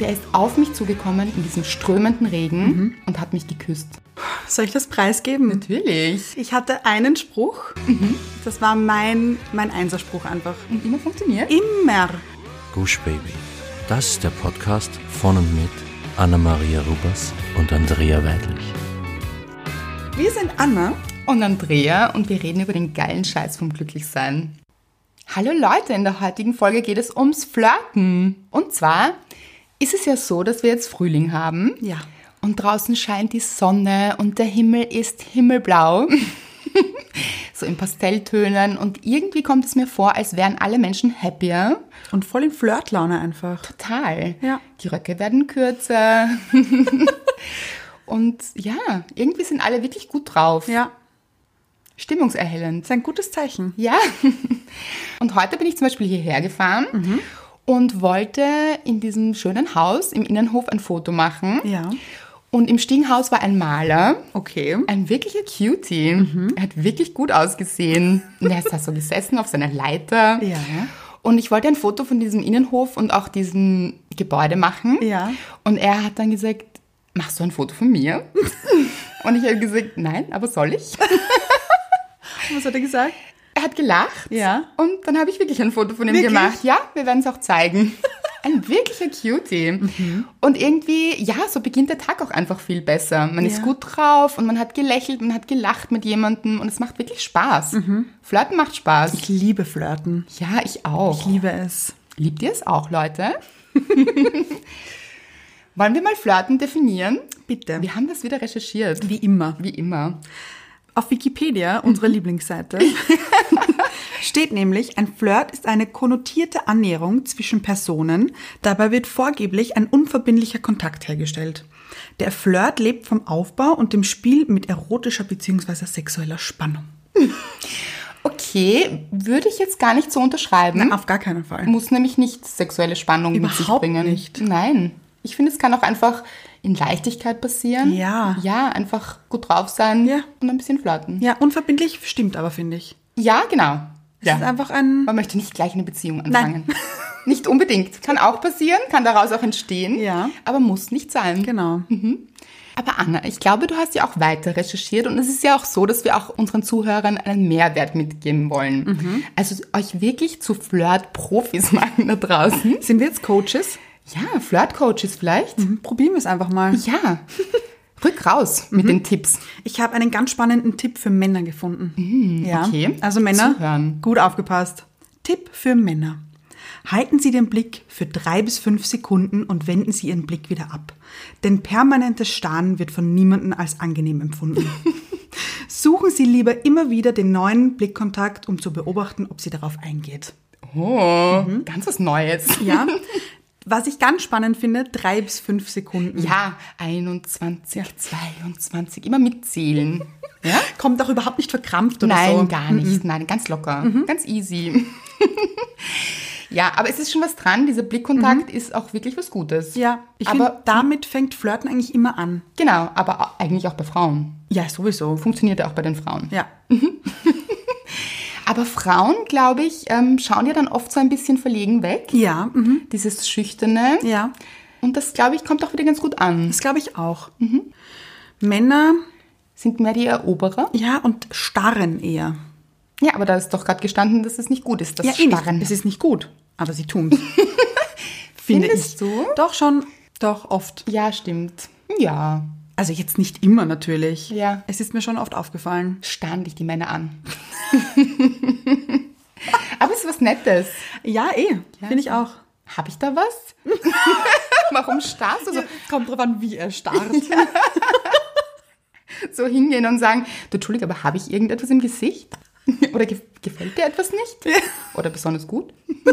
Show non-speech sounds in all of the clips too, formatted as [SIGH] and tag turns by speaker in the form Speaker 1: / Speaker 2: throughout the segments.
Speaker 1: er ist auf mich zugekommen in diesem strömenden Regen und hat mich geküsst.
Speaker 2: Soll ich das preisgeben?
Speaker 1: Natürlich. Mhm.
Speaker 2: Ich hatte einen Spruch. Das war mein, mein Einserspruch einfach.
Speaker 1: Und immer funktioniert.
Speaker 2: Immer.
Speaker 3: Gush Baby. Das ist der Podcast von und mit Anna-Maria Rubers und Andrea Weidlich.
Speaker 2: Wir sind Anna.
Speaker 1: Und Andrea und wir reden über den geilen Scheiß vom Glücklichsein. Hallo Leute, in der heutigen Folge geht es ums Flirten. Und zwar ist es ja so, dass wir jetzt Frühling haben.
Speaker 2: Ja.
Speaker 1: Und draußen scheint die Sonne und der Himmel ist himmelblau. so in Pastelltönen. Und irgendwie kommt es mir vor, als wären alle Menschen happier.
Speaker 2: Und voll in Flirtlaune einfach.
Speaker 1: Total.
Speaker 2: Ja.
Speaker 1: Die Röcke werden kürzer. [LAUGHS] und ja, irgendwie sind alle wirklich gut drauf.
Speaker 2: Ja,
Speaker 1: Stimmungserhellend.
Speaker 2: ist ein gutes Zeichen.
Speaker 1: Ja. [LAUGHS] Und heute bin ich zum Beispiel hierher gefahren
Speaker 2: Mhm.
Speaker 1: und wollte in diesem schönen Haus im Innenhof ein Foto machen.
Speaker 2: Ja.
Speaker 1: Und im Stiegenhaus war ein Maler,
Speaker 2: Okay.
Speaker 1: ein wirklicher Cutie.
Speaker 2: Mhm.
Speaker 1: Er hat wirklich gut ausgesehen. Und er ist da so gesessen auf seiner Leiter.
Speaker 2: Ja.
Speaker 1: Und ich wollte ein Foto von diesem Innenhof und auch diesem Gebäude machen.
Speaker 2: Ja.
Speaker 1: Und er hat dann gesagt, machst du ein Foto von
Speaker 2: [LAUGHS]
Speaker 1: mir? und ich habe gesagt, nein, aber soll ich?
Speaker 2: Was hat er gesagt?
Speaker 1: Er hat gelacht.
Speaker 2: Ja.
Speaker 1: Und dann habe ich wirklich ein Foto von ihm
Speaker 2: Wirklich?
Speaker 1: gemacht. Ja, wir werden es auch
Speaker 2: [LAUGHS]
Speaker 1: zeigen. Ein wirklicher Cutie.
Speaker 2: Mhm.
Speaker 1: Und irgendwie, ja, so beginnt der Tag auch einfach viel besser. Man ist
Speaker 2: Ja.
Speaker 1: gut drauf und man hat gelächelt, man hat gelacht mit jemandem und es macht wirklich Spaß. Flirten macht Spaß.
Speaker 2: Mhm. Ich liebe Flirten.
Speaker 1: ja, ich auch.
Speaker 2: Ich liebe es.
Speaker 1: Liebt ihr es auch,
Speaker 2: [LAUGHS]
Speaker 1: Leute? [LAUGHS] Wollen wir mal Flirten definieren?
Speaker 2: Bitte.
Speaker 1: Wir haben das wieder recherchiert.
Speaker 2: Wie immer.
Speaker 1: Wie immer.
Speaker 2: Auf Wikipedia, unsere Lieblingsseite, Mhm. [LAUGHS] steht nämlich, ein Flirt ist eine konnotierte Annäherung zwischen Personen. Dabei wird vorgeblich ein unverbindlicher Kontakt hergestellt. Der Flirt lebt vom Aufbau und dem Spiel mit erotischer bzw. sexueller Spannung.
Speaker 1: Okay, würde ich jetzt gar nicht so unterschreiben.
Speaker 2: Auf gar keinen Fall.
Speaker 1: muss nämlich nicht sexuelle Spannung mit sich
Speaker 2: Überhaupt
Speaker 1: bringen.
Speaker 2: nicht.
Speaker 1: Nein. Ich finde, es kann auch einfach in Leichtigkeit passieren.
Speaker 2: Ja.
Speaker 1: Ja, einfach gut drauf sein
Speaker 2: Ja.
Speaker 1: und ein bisschen flirten.
Speaker 2: Ja, unverbindlich stimmt aber, finde ich.
Speaker 1: Ja, genau.
Speaker 2: Es ist einfach ein...
Speaker 1: Man möchte nicht gleich eine Beziehung
Speaker 2: [LAUGHS]
Speaker 1: anfangen. nicht unbedingt. Kann auch passieren, kann daraus auch entstehen.
Speaker 2: Ja.
Speaker 1: Aber muss nicht sein.
Speaker 2: Genau.
Speaker 1: Aber Anna, ich glaube, du hast ja auch weiter recherchiert und es ist ja auch so, dass wir auch unseren Zuhörern einen Mehrwert mitgeben wollen.
Speaker 2: Mhm.
Speaker 1: Also euch wirklich zu Flirt-Profis [LAUGHS] machen da draußen.
Speaker 2: Sind wir jetzt Coaches?
Speaker 1: Ja, Flirt-Coaches vielleicht.
Speaker 2: Hm, Probieren wir es einfach mal.
Speaker 1: Ja, rück raus
Speaker 2: Mhm.
Speaker 1: mit den Tipps.
Speaker 2: Ich habe einen ganz spannenden Tipp für Männer gefunden. ja.
Speaker 1: Mm, okay.
Speaker 2: Also Männer,
Speaker 1: Zuhören.
Speaker 2: gut aufgepasst. Tipp für Männer. Halten Sie den Blick für drei bis fünf Sekunden und wenden Sie Ihren Blick wieder ab. Denn permanentes Starren wird von niemandem als angenehm empfunden.
Speaker 1: [LAUGHS]
Speaker 2: Suchen Sie lieber immer wieder den neuen Blickkontakt, um zu beobachten, ob sie darauf eingeht.
Speaker 1: Oh, ganz was Neues. [LAUGHS]
Speaker 2: Ja. Was ich ganz spannend finde, drei bis fünf Sekunden.
Speaker 1: Ja, 21, 22, immer mitzählen.
Speaker 2: Ja? Kommt auch überhaupt nicht verkrampft oder
Speaker 1: Nein,
Speaker 2: so. Mhm.
Speaker 1: gar nicht. Nein, ganz locker, ganz easy. [LAUGHS] ja, aber es ist schon was dran. Dieser Blickkontakt ist auch wirklich was Gutes.
Speaker 2: Mhm. Ja, ich
Speaker 1: aber
Speaker 2: finde, damit fängt Flirten eigentlich immer an.
Speaker 1: genau, aber au- eigentlich auch bei Frauen.
Speaker 2: Ja, sowieso.
Speaker 1: Funktioniert ja auch bei den Frauen.
Speaker 2: Ja.
Speaker 1: Aber Frauen, glaube ich, ähm, schauen ja dann oft so ein bisschen verlegen weg.
Speaker 2: Ja, mhm.
Speaker 1: Dieses Schüchterne.
Speaker 2: ja.
Speaker 1: Und das, glaube ich, kommt auch wieder ganz gut an.
Speaker 2: Das glaube ich auch. Männer,
Speaker 1: Sind mehr die Eroberer?
Speaker 2: ja, und starren eher.
Speaker 1: Ja, aber da ist doch gerade gestanden, dass es nicht gut ist, das
Speaker 2: ja, eh
Speaker 1: Starren.
Speaker 2: nicht. Es ist nicht gut, aber sie tun's. [LAUGHS] Finde
Speaker 1: Findest
Speaker 2: ich.
Speaker 1: du?
Speaker 2: Doch schon, doch oft.
Speaker 1: ja, stimmt. Ja,
Speaker 2: Also jetzt nicht immer natürlich.
Speaker 1: Ja.
Speaker 2: Es ist mir schon oft aufgefallen.
Speaker 1: starren dich die Männer
Speaker 2: [LAUGHS]
Speaker 1: an. aber es ist was Nettes.
Speaker 2: Ja, eh. Finde ich auch.
Speaker 1: Habe ich da
Speaker 2: [LAUGHS]
Speaker 1: was? Warum starrst du so?
Speaker 2: Kommt drauf an, wie er starrt.
Speaker 1: So hingehen und sagen, du Entschuldigung, aber habe ich irgendetwas im Gesicht? Oder ge gefällt dir etwas nicht? Oder besonders gut? [LAUGHS]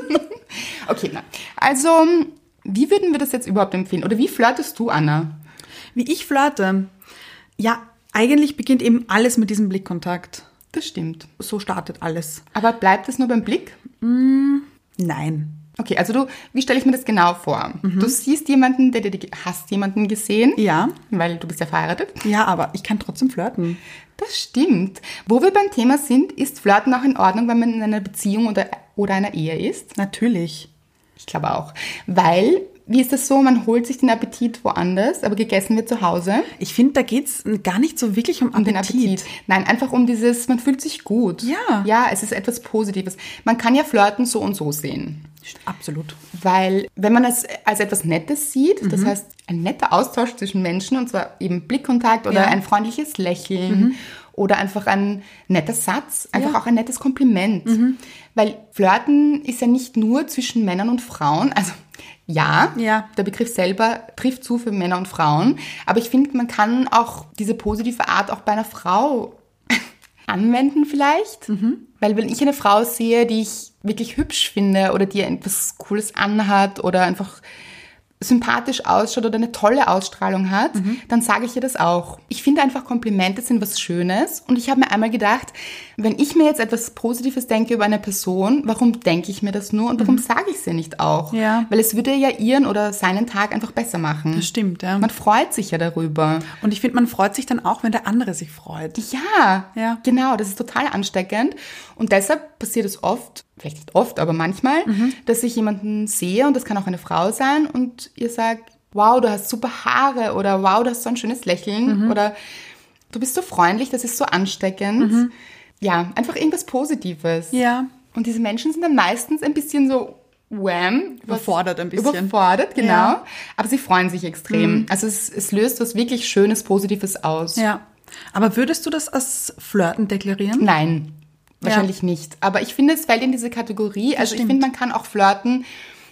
Speaker 1: okay, na. Also, wie würden wir das jetzt überhaupt empfehlen? Oder wie flirtest du, Anna?
Speaker 2: [LAUGHS] Wie ich flirte. Ja, eigentlich beginnt eben alles mit diesem Blickkontakt.
Speaker 1: Das stimmt.
Speaker 2: So startet alles.
Speaker 1: Aber bleibt es nur beim Blick?
Speaker 2: Nein.
Speaker 1: Okay, also du, wie stelle ich mir das genau vor? Du siehst jemanden, der dir die, hast jemanden gesehen?
Speaker 2: Mhm. Ja.
Speaker 1: Weil du bist ja verheiratet.
Speaker 2: Ja, aber ich kann trotzdem flirten.
Speaker 1: Das stimmt. Wo wir beim Thema sind, ist Flirten auch in Ordnung, wenn man in einer Beziehung oder, oder einer Ehe ist?
Speaker 2: Natürlich.
Speaker 1: Ich glaube auch. Weil wie ist das so? Man holt sich den Appetit woanders, aber gegessen wird zu Hause.
Speaker 2: Ich finde, da geht es gar nicht so wirklich um
Speaker 1: Um den
Speaker 2: Appetit.
Speaker 1: Appetit. Nein, einfach um dieses, man fühlt sich gut.
Speaker 2: Ja.
Speaker 1: Ja, es ist etwas Positives. Man kann ja Flirten so und so sehen.
Speaker 2: Absolut.
Speaker 1: Weil, wenn man es als etwas Nettes sieht, das
Speaker 2: Mhm.
Speaker 1: heißt, ein netter Austausch zwischen Menschen, und zwar eben Blickkontakt oder
Speaker 2: Ja. Mhm.
Speaker 1: ein freundliches Lächeln oder einfach ein netter Satz, einfach auch ein nettes Kompliment.
Speaker 2: Mhm.
Speaker 1: Weil Flirten ist ja nicht nur zwischen Männern und Frauen, also ja,
Speaker 2: Ja.
Speaker 1: der Begriff selber trifft zu für Männer und Frauen, aber ich finde, man kann auch diese positive Art auch bei einer Frau anwenden vielleicht.
Speaker 2: Mhm.
Speaker 1: Weil wenn ich eine Frau sehe, die ich wirklich hübsch finde oder die etwas Cooles anhat oder einfach sympathisch ausschaut oder eine tolle Ausstrahlung hat,
Speaker 2: Mhm.
Speaker 1: dann sage ich ihr das auch. Ich finde einfach Komplimente sind was Schönes und ich habe mir einmal gedacht, wenn ich mir jetzt etwas Positives denke über eine Person, warum denke ich mir das nur und warum sage ich es ihr nicht auch?
Speaker 2: Mhm. Ja.
Speaker 1: Weil es würde ja ihren oder seinen Tag einfach besser machen.
Speaker 2: Das stimmt, ja.
Speaker 1: Man freut sich ja darüber.
Speaker 2: Und ich finde, man freut sich dann auch, wenn der andere sich freut.
Speaker 1: Ja,
Speaker 2: Ja.
Speaker 1: genau, das ist total ansteckend. Und deshalb passiert es oft, vielleicht nicht oft, aber manchmal,
Speaker 2: Mhm.
Speaker 1: dass ich jemanden sehe, und das kann auch eine Frau sein, und ihr sagt, wow, du hast super Haare oder wow, du hast so ein schönes
Speaker 2: Mhm.
Speaker 1: Lächeln oder du bist so freundlich, das ist so ansteckend. Ja, einfach irgendwas Positives.
Speaker 2: Mhm. Ja.
Speaker 1: Und diese Menschen sind dann meistens ein bisschen so wham. was-
Speaker 2: Überfordert ein bisschen.
Speaker 1: Überfordert, genau.
Speaker 2: Ja. Mhm.
Speaker 1: Aber sie freuen sich extrem. Also es, es löst was wirklich Schönes, Positives aus.
Speaker 2: Ja. Aber würdest du das als Flirten deklarieren?
Speaker 1: Nein, wahrscheinlich nicht. Aber ich finde, es fällt in diese Kategorie. Also ich
Speaker 2: stimmt.
Speaker 1: finde, man kann auch flirten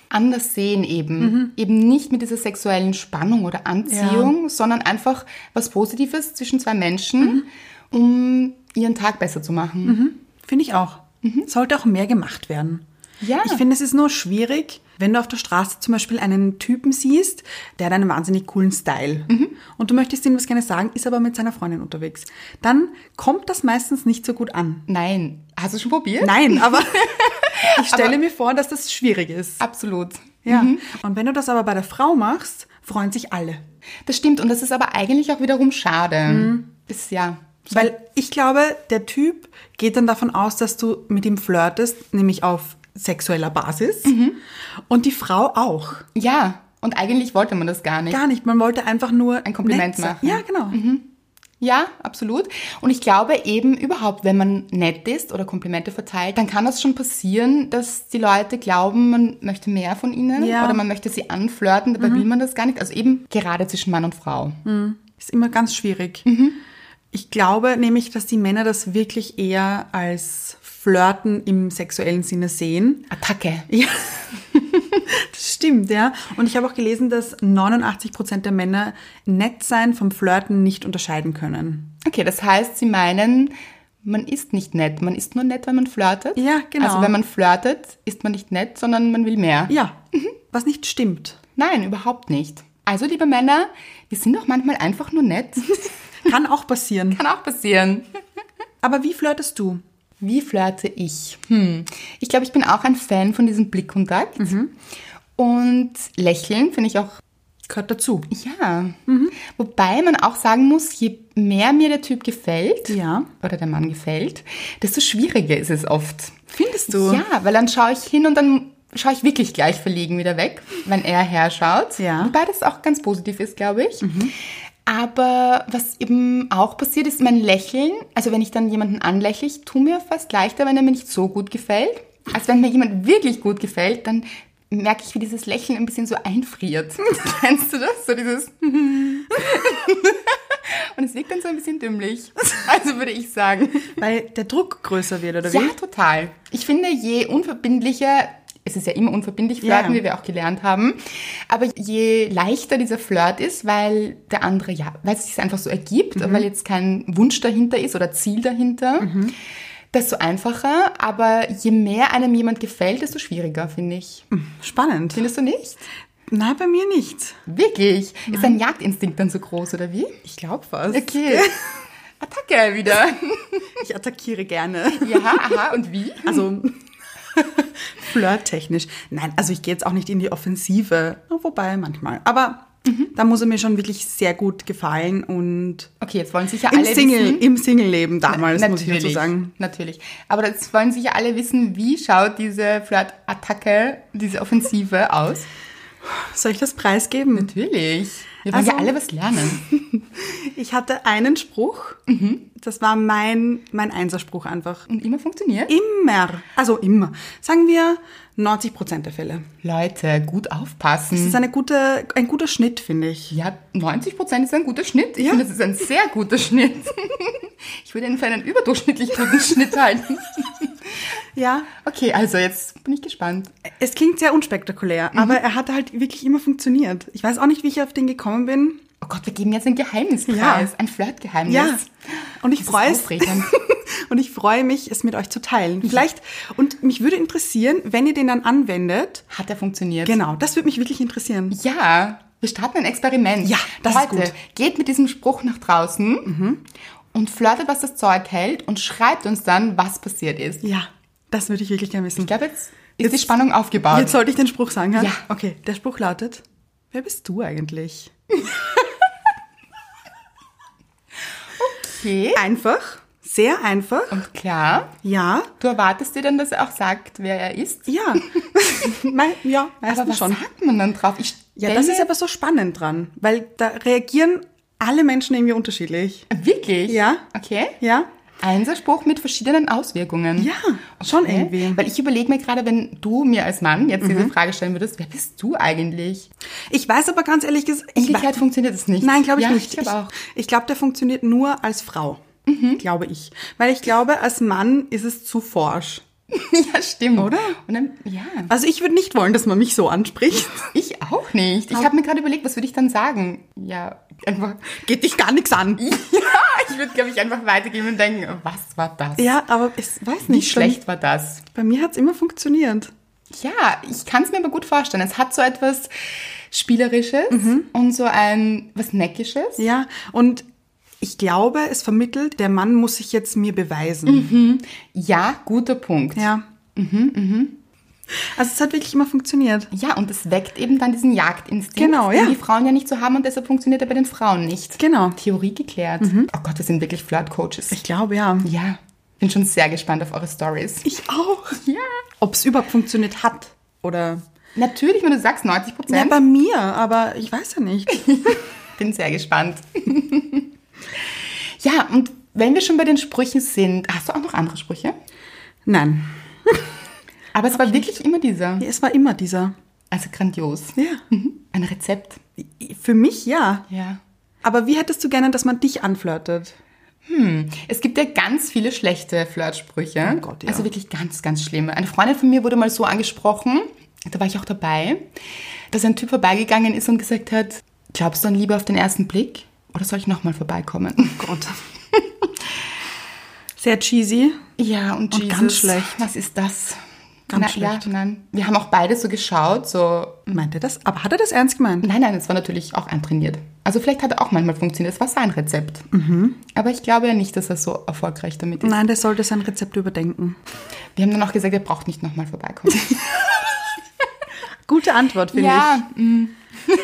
Speaker 1: anders sehen eben.
Speaker 2: Mhm.
Speaker 1: Eben nicht mit dieser sexuellen Spannung oder Anziehung, sondern einfach was Positives zwischen zwei Menschen,
Speaker 2: Mhm.
Speaker 1: um ihren Tag besser zu machen.
Speaker 2: Finde ich auch. Sollte auch mehr gemacht werden.
Speaker 1: Ja.
Speaker 2: Ich finde, es ist nur schwierig, wenn du auf der Straße zum Beispiel einen Typen siehst, der hat einen wahnsinnig coolen Style. Und du möchtest ihm was gerne sagen, ist aber mit seiner Freundin unterwegs. Dann kommt das meistens nicht so gut an.
Speaker 1: Nein. Hast du schon probiert?
Speaker 2: Nein, aber [LAUGHS] ich stelle mir vor, dass das schwierig ist.
Speaker 1: Absolut. Mhm.
Speaker 2: Ja. Und wenn du das aber bei der Frau machst, freuen sich alle.
Speaker 1: Das stimmt. Und das ist aber eigentlich auch wiederum schade.
Speaker 2: Mhm.
Speaker 1: Ist ja.
Speaker 2: Weil ich glaube, der Typ geht dann davon aus, dass du mit ihm flirtest, nämlich auf sexueller Basis.
Speaker 1: Mhm.
Speaker 2: Und die Frau auch.
Speaker 1: Ja. Und eigentlich wollte man das gar nicht.
Speaker 2: Gar nicht. Man wollte einfach nur
Speaker 1: Ein Kompliment
Speaker 2: nett sein.
Speaker 1: machen. Mhm.
Speaker 2: Ja, genau.
Speaker 1: Ja, absolut. Und ich glaube eben überhaupt, wenn man nett ist oder Komplimente verteilt, dann kann das schon passieren, dass die Leute glauben, man möchte mehr von ihnen
Speaker 2: Ja. Mhm.
Speaker 1: oder man möchte sie anflirten, dabei will man das gar nicht. Also eben gerade zwischen Mann und Frau.
Speaker 2: Ist immer ganz schwierig.
Speaker 1: Mhm.
Speaker 2: Ich glaube nämlich, dass die Männer das wirklich eher als Flirten im sexuellen Sinne sehen.
Speaker 1: Attacke.
Speaker 2: Ja. [LAUGHS] Das stimmt, ja. Und ich habe auch gelesen, dass 89 Prozent der Männer nett sein vom Flirten nicht unterscheiden können.
Speaker 1: Okay, das heißt, sie meinen, man ist nicht nett, man ist nur nett, wenn man flirtet.
Speaker 2: Ja, genau.
Speaker 1: Also wenn man flirtet, ist man nicht nett, sondern man will mehr.
Speaker 2: Ja.
Speaker 1: Mhm.
Speaker 2: Was nicht stimmt.
Speaker 1: Nein, überhaupt nicht. Also liebe Männer, wir sind doch manchmal einfach nur nett.
Speaker 2: Kann auch passieren.
Speaker 1: kann auch passieren.
Speaker 2: Aber wie flirtest du?
Speaker 1: Wie flirte ich? Hm. Ich glaube, ich bin auch ein Fan von diesem Blickkontakt. Und lächeln finde ich auch,
Speaker 2: Gehört dazu.
Speaker 1: ja. Wobei man auch sagen muss, je mehr mir der Typ gefällt
Speaker 2: Ja.
Speaker 1: oder der Mann gefällt, desto schwieriger ist es oft.
Speaker 2: Findest du?
Speaker 1: Ja, weil dann schaue ich hin und dann schaue ich wirklich gleich verlegen wieder weg, wenn er herschaut.
Speaker 2: Ja. Mhm.
Speaker 1: Wobei das auch ganz positiv ist, glaube ich. Aber was eben auch passiert ist, mein Lächeln, also wenn ich dann jemanden anlächle, ich tue mir fast leichter, wenn er mir nicht so gut gefällt, als wenn mir jemand wirklich gut gefällt, dann merke ich, wie dieses Lächeln ein bisschen so einfriert. [LAUGHS] Kennst du das? So dieses...
Speaker 2: Mhm.
Speaker 1: [LAUGHS] und es wirkt dann so ein bisschen dümmlich. Also würde ich sagen.
Speaker 2: Weil der Druck größer wird, oder
Speaker 1: Ja,
Speaker 2: wie?
Speaker 1: total. Ich finde, je unverbindlicher, es ist ja immer unverbindlich flirten,
Speaker 2: Ja.
Speaker 1: wie wir auch gelernt haben, aber je leichter dieser Flirt ist, weil der andere, ja, weil es sich einfach so ergibt,
Speaker 2: Mhm.
Speaker 1: weil jetzt kein Wunsch dahinter ist oder Ziel dahinter, desto einfacher, aber je mehr einem jemand gefällt, desto schwieriger, finde ich.
Speaker 2: Mhm. Spannend.
Speaker 1: Findest du nicht?
Speaker 2: Nein, bei mir nicht.
Speaker 1: Wirklich? Ist dein Jagdinstinkt dann so groß, oder wie?
Speaker 2: Ich glaube fast. [LAUGHS]
Speaker 1: Okay. Attacke wieder.
Speaker 2: Ich attackiere [LAUGHS] gerne.
Speaker 1: ja, aha, und wie?
Speaker 2: Also flirttechnisch. Nein, also ich gehe jetzt auch nicht in die Offensive. Wobei manchmal. Aber
Speaker 1: Mhm.
Speaker 2: da muss er mir schon wirklich sehr gut gefallen und
Speaker 1: Okay, jetzt wollen sicher
Speaker 2: im
Speaker 1: alle wissen,
Speaker 2: Single, im Single-Leben damals, muss ich dazu sagen.
Speaker 1: Natürlich. Aber jetzt wollen sich ja
Speaker 2: [LAUGHS]
Speaker 1: alle wissen, wie schaut diese Flirt-Attacke, diese Offensive aus?
Speaker 2: Soll ich das preisgeben?
Speaker 1: Natürlich. Wir wollen ja
Speaker 2: Also-
Speaker 1: alle was lernen.
Speaker 2: Ich hatte einen Spruch.
Speaker 1: Mhm.
Speaker 2: Das war mein, mein Einserspruch einfach.
Speaker 1: Und immer funktioniert.
Speaker 2: Immer. Also immer. Sagen wir 90 Prozent der Fälle.
Speaker 1: Leute, gut
Speaker 2: Das
Speaker 1: aufpassen.
Speaker 2: ist eine gute, ein guter Schnitt, finde ich.
Speaker 1: Ja, 90 Prozent ist ein guter Schnitt. Ich
Speaker 2: Ja.
Speaker 1: finde, das ist ein sehr guter Schnitt. [LAUGHS] ich würde ihn für einen überdurchschnittlich guten Schnitt halten.
Speaker 2: Ja.
Speaker 1: Okay, also jetzt bin ich gespannt.
Speaker 2: Es klingt sehr unspektakulär,
Speaker 1: Mhm.
Speaker 2: aber er hat halt wirklich immer funktioniert. Ich weiß auch nicht, wie ich auf den gekommen bin.
Speaker 1: Oh Gott, wir geben jetzt einen Geheimnispreis,
Speaker 2: Ja.
Speaker 1: ein Flirtgeheimnis.
Speaker 2: Ja. Und ich
Speaker 1: ist
Speaker 2: freue es.
Speaker 1: aufregend.
Speaker 2: [LAUGHS] Und ich freue mich, es mit euch zu teilen. Vielleicht. Und mich würde interessieren, wenn ihr den dann anwendet.
Speaker 1: Hat er
Speaker 2: [LAUGHS]
Speaker 1: funktioniert?
Speaker 2: Genau, das würde mich wirklich interessieren.
Speaker 1: Ja, wir starten ein Experiment.
Speaker 2: Ja, das ist
Speaker 1: Leute,
Speaker 2: gut.
Speaker 1: geht mit diesem Spruch nach draußen und flirtet, was das Zeug hält und schreibt uns dann, was passiert ist.
Speaker 2: Ja, das würde ich wirklich gerne wissen.
Speaker 1: Ich glaube, jetzt ist die Spannung aufgebaut.
Speaker 2: Jetzt sollte ich den Spruch sagen, ja?
Speaker 1: Ja.
Speaker 2: Okay, der Spruch lautet, wer bist du eigentlich?
Speaker 1: okay.
Speaker 2: Einfach, sehr einfach,
Speaker 1: Und klar,
Speaker 2: ja,
Speaker 1: du erwartest dir dann, dass er auch sagt, wer er ist. [LAUGHS]
Speaker 2: ja. [LAUGHS] Mei- ja,
Speaker 1: Aber
Speaker 2: meistens
Speaker 1: was
Speaker 2: schon.
Speaker 1: sagt man dann drauf? Ich
Speaker 2: Ja, das
Speaker 1: stelle-
Speaker 2: ist aber so spannend dran, weil da reagieren alle Menschen irgendwie unterschiedlich.
Speaker 1: Wirklich?
Speaker 2: Ja.
Speaker 1: Okay.
Speaker 2: Ja?
Speaker 1: Einserspruch mit verschiedenen Auswirkungen.
Speaker 2: Ja, schon irgendwie. Mhm.
Speaker 1: Weil ich überlege mir gerade, wenn du mir als Mann jetzt diese Frage stellen würdest, wer bist du eigentlich?
Speaker 2: Ich weiß aber ganz ehrlich gesagt,
Speaker 1: In
Speaker 2: ich wei-
Speaker 1: Wirklichkeit funktioniert das nicht.
Speaker 2: Nein, glaube ich
Speaker 1: ja,
Speaker 2: nicht.
Speaker 1: Ich glaube auch. Mhm.
Speaker 2: Ich, glaube, der funktioniert nur als Frau. Glaube ich. Weil ich glaube, als Mann ist es zu forsch.
Speaker 1: [LAUGHS] Ja, stimmt.
Speaker 2: Oder?
Speaker 1: Und dann, ja.
Speaker 2: Also ich würde nicht wollen, dass man mich so [LAUGHS] anspricht.
Speaker 1: Ich auch nicht. Ich habe mir gerade überlegt, was würde ich dann sagen? Ja, einfach. [LAUGHS]
Speaker 2: Geht dich gar nichts an.
Speaker 1: Ja, ich würde, glaube ich, einfach weitergehen und denken, was war das?
Speaker 2: Ja, aber es weiß
Speaker 1: Wie
Speaker 2: nicht.
Speaker 1: schlecht war das?
Speaker 2: Bei mir hat's immer funktioniert.
Speaker 1: Ja, ich kann es mir aber gut vorstellen. Es hat so etwas Spielerisches und so ein was Neckisches.
Speaker 2: Mhm. Ja, und ich glaube, es vermittelt, der Mann muss sich jetzt mir beweisen.
Speaker 1: Ja, guter Punkt.
Speaker 2: Ja. Mhm, Also es hat wirklich immer funktioniert.
Speaker 1: Ja, und es weckt eben dann diesen Jagdinstinkt,
Speaker 2: Genau,
Speaker 1: den
Speaker 2: ja.
Speaker 1: die Frauen ja nicht so haben und deshalb funktioniert er bei den Frauen nicht.
Speaker 2: Genau. Mhm.
Speaker 1: Theorie geklärt. Oh Gott, wir sind wirklich Flirt-Coaches.
Speaker 2: Ich glaube, ja.
Speaker 1: Ja, bin schon sehr gespannt auf eure Stories.
Speaker 2: Ich auch.
Speaker 1: Ja.
Speaker 2: Ob es überhaupt funktioniert hat oder...
Speaker 1: Natürlich, wenn du sagst 90
Speaker 2: Ja,
Speaker 1: Prozent,
Speaker 2: bei mir, aber ich weiß ja nicht.
Speaker 1: bin sehr gespannt. ja, und wenn wir schon bei den Sprüchen sind, hast du auch noch andere Sprüche?
Speaker 2: Nein.
Speaker 1: Aber es war wirklich immer dieser.
Speaker 2: Es war immer dieser.
Speaker 1: Also grandios.
Speaker 2: Ja.
Speaker 1: Mhm. Ein Rezept.
Speaker 2: Für mich ja.
Speaker 1: Ja.
Speaker 2: Aber wie hättest du gerne, dass man dich anflirtet?
Speaker 1: Es gibt ja ganz viele schlechte Flirtsprüche.
Speaker 2: Oh Gott, ja.
Speaker 1: Also wirklich ganz, ganz schlimme. Eine Freundin von mir wurde mal so angesprochen, da war ich auch dabei, dass ein Typ vorbeigegangen ist und gesagt hat, glaubst du an Liebe auf den ersten Blick? Oder soll ich nochmal vorbeikommen?
Speaker 2: Gott. Sehr cheesy.
Speaker 1: Ja, und,
Speaker 2: Und
Speaker 1: Jesus,
Speaker 2: ganz schlecht.
Speaker 1: was ist das?
Speaker 2: Ganz
Speaker 1: Na,
Speaker 2: schlecht.
Speaker 1: Ja, nein. Wir haben auch beide so geschaut, so,
Speaker 2: Meint er das? Aber hat er das ernst gemeint?
Speaker 1: nein, nein, es war natürlich auch antrainiert. Also vielleicht hat er auch manchmal funktioniert, es war sein Rezept. Aber ich glaube ja nicht, dass er so erfolgreich damit ist.
Speaker 2: Mhm. Nein, der sollte sein Rezept überdenken.
Speaker 1: Wir haben dann auch gesagt, er braucht nicht nochmal vorbeikommen.
Speaker 2: Gute Antwort, finde ich.
Speaker 1: ja. mm.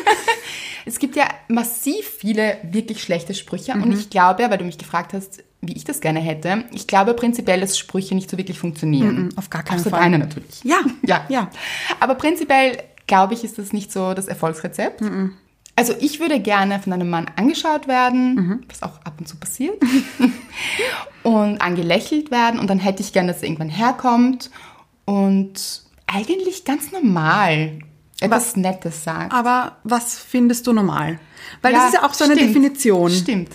Speaker 1: [LAUGHS] es gibt ja massiv viele wirklich schlechte Sprüche
Speaker 2: Mhm.
Speaker 1: und ich glaube, weil du mich gefragt hast, wie ich das gerne hätte, ich glaube prinzipiell, dass Sprüche nicht so wirklich funktionieren.
Speaker 2: Mhm, auf gar keinen
Speaker 1: Außer
Speaker 2: Fall.
Speaker 1: deine natürlich.
Speaker 2: Ja,
Speaker 1: Ja.
Speaker 2: ja.
Speaker 1: Aber prinzipiell, glaube ich, ist das nicht so das Erfolgsrezept.
Speaker 2: Mhm.
Speaker 1: Also ich würde gerne von einem Mann angeschaut werden,
Speaker 2: Mhm.
Speaker 1: was auch ab und zu passiert, [LAUGHS] und angelächelt werden und dann hätte ich gerne, dass er irgendwann herkommt und eigentlich ganz normal etwas Nettes sagt.
Speaker 2: Aber was findest du normal? Weil Ah, das ist ja auch so eine
Speaker 1: stimmt.
Speaker 2: Definition.
Speaker 1: Stimmt.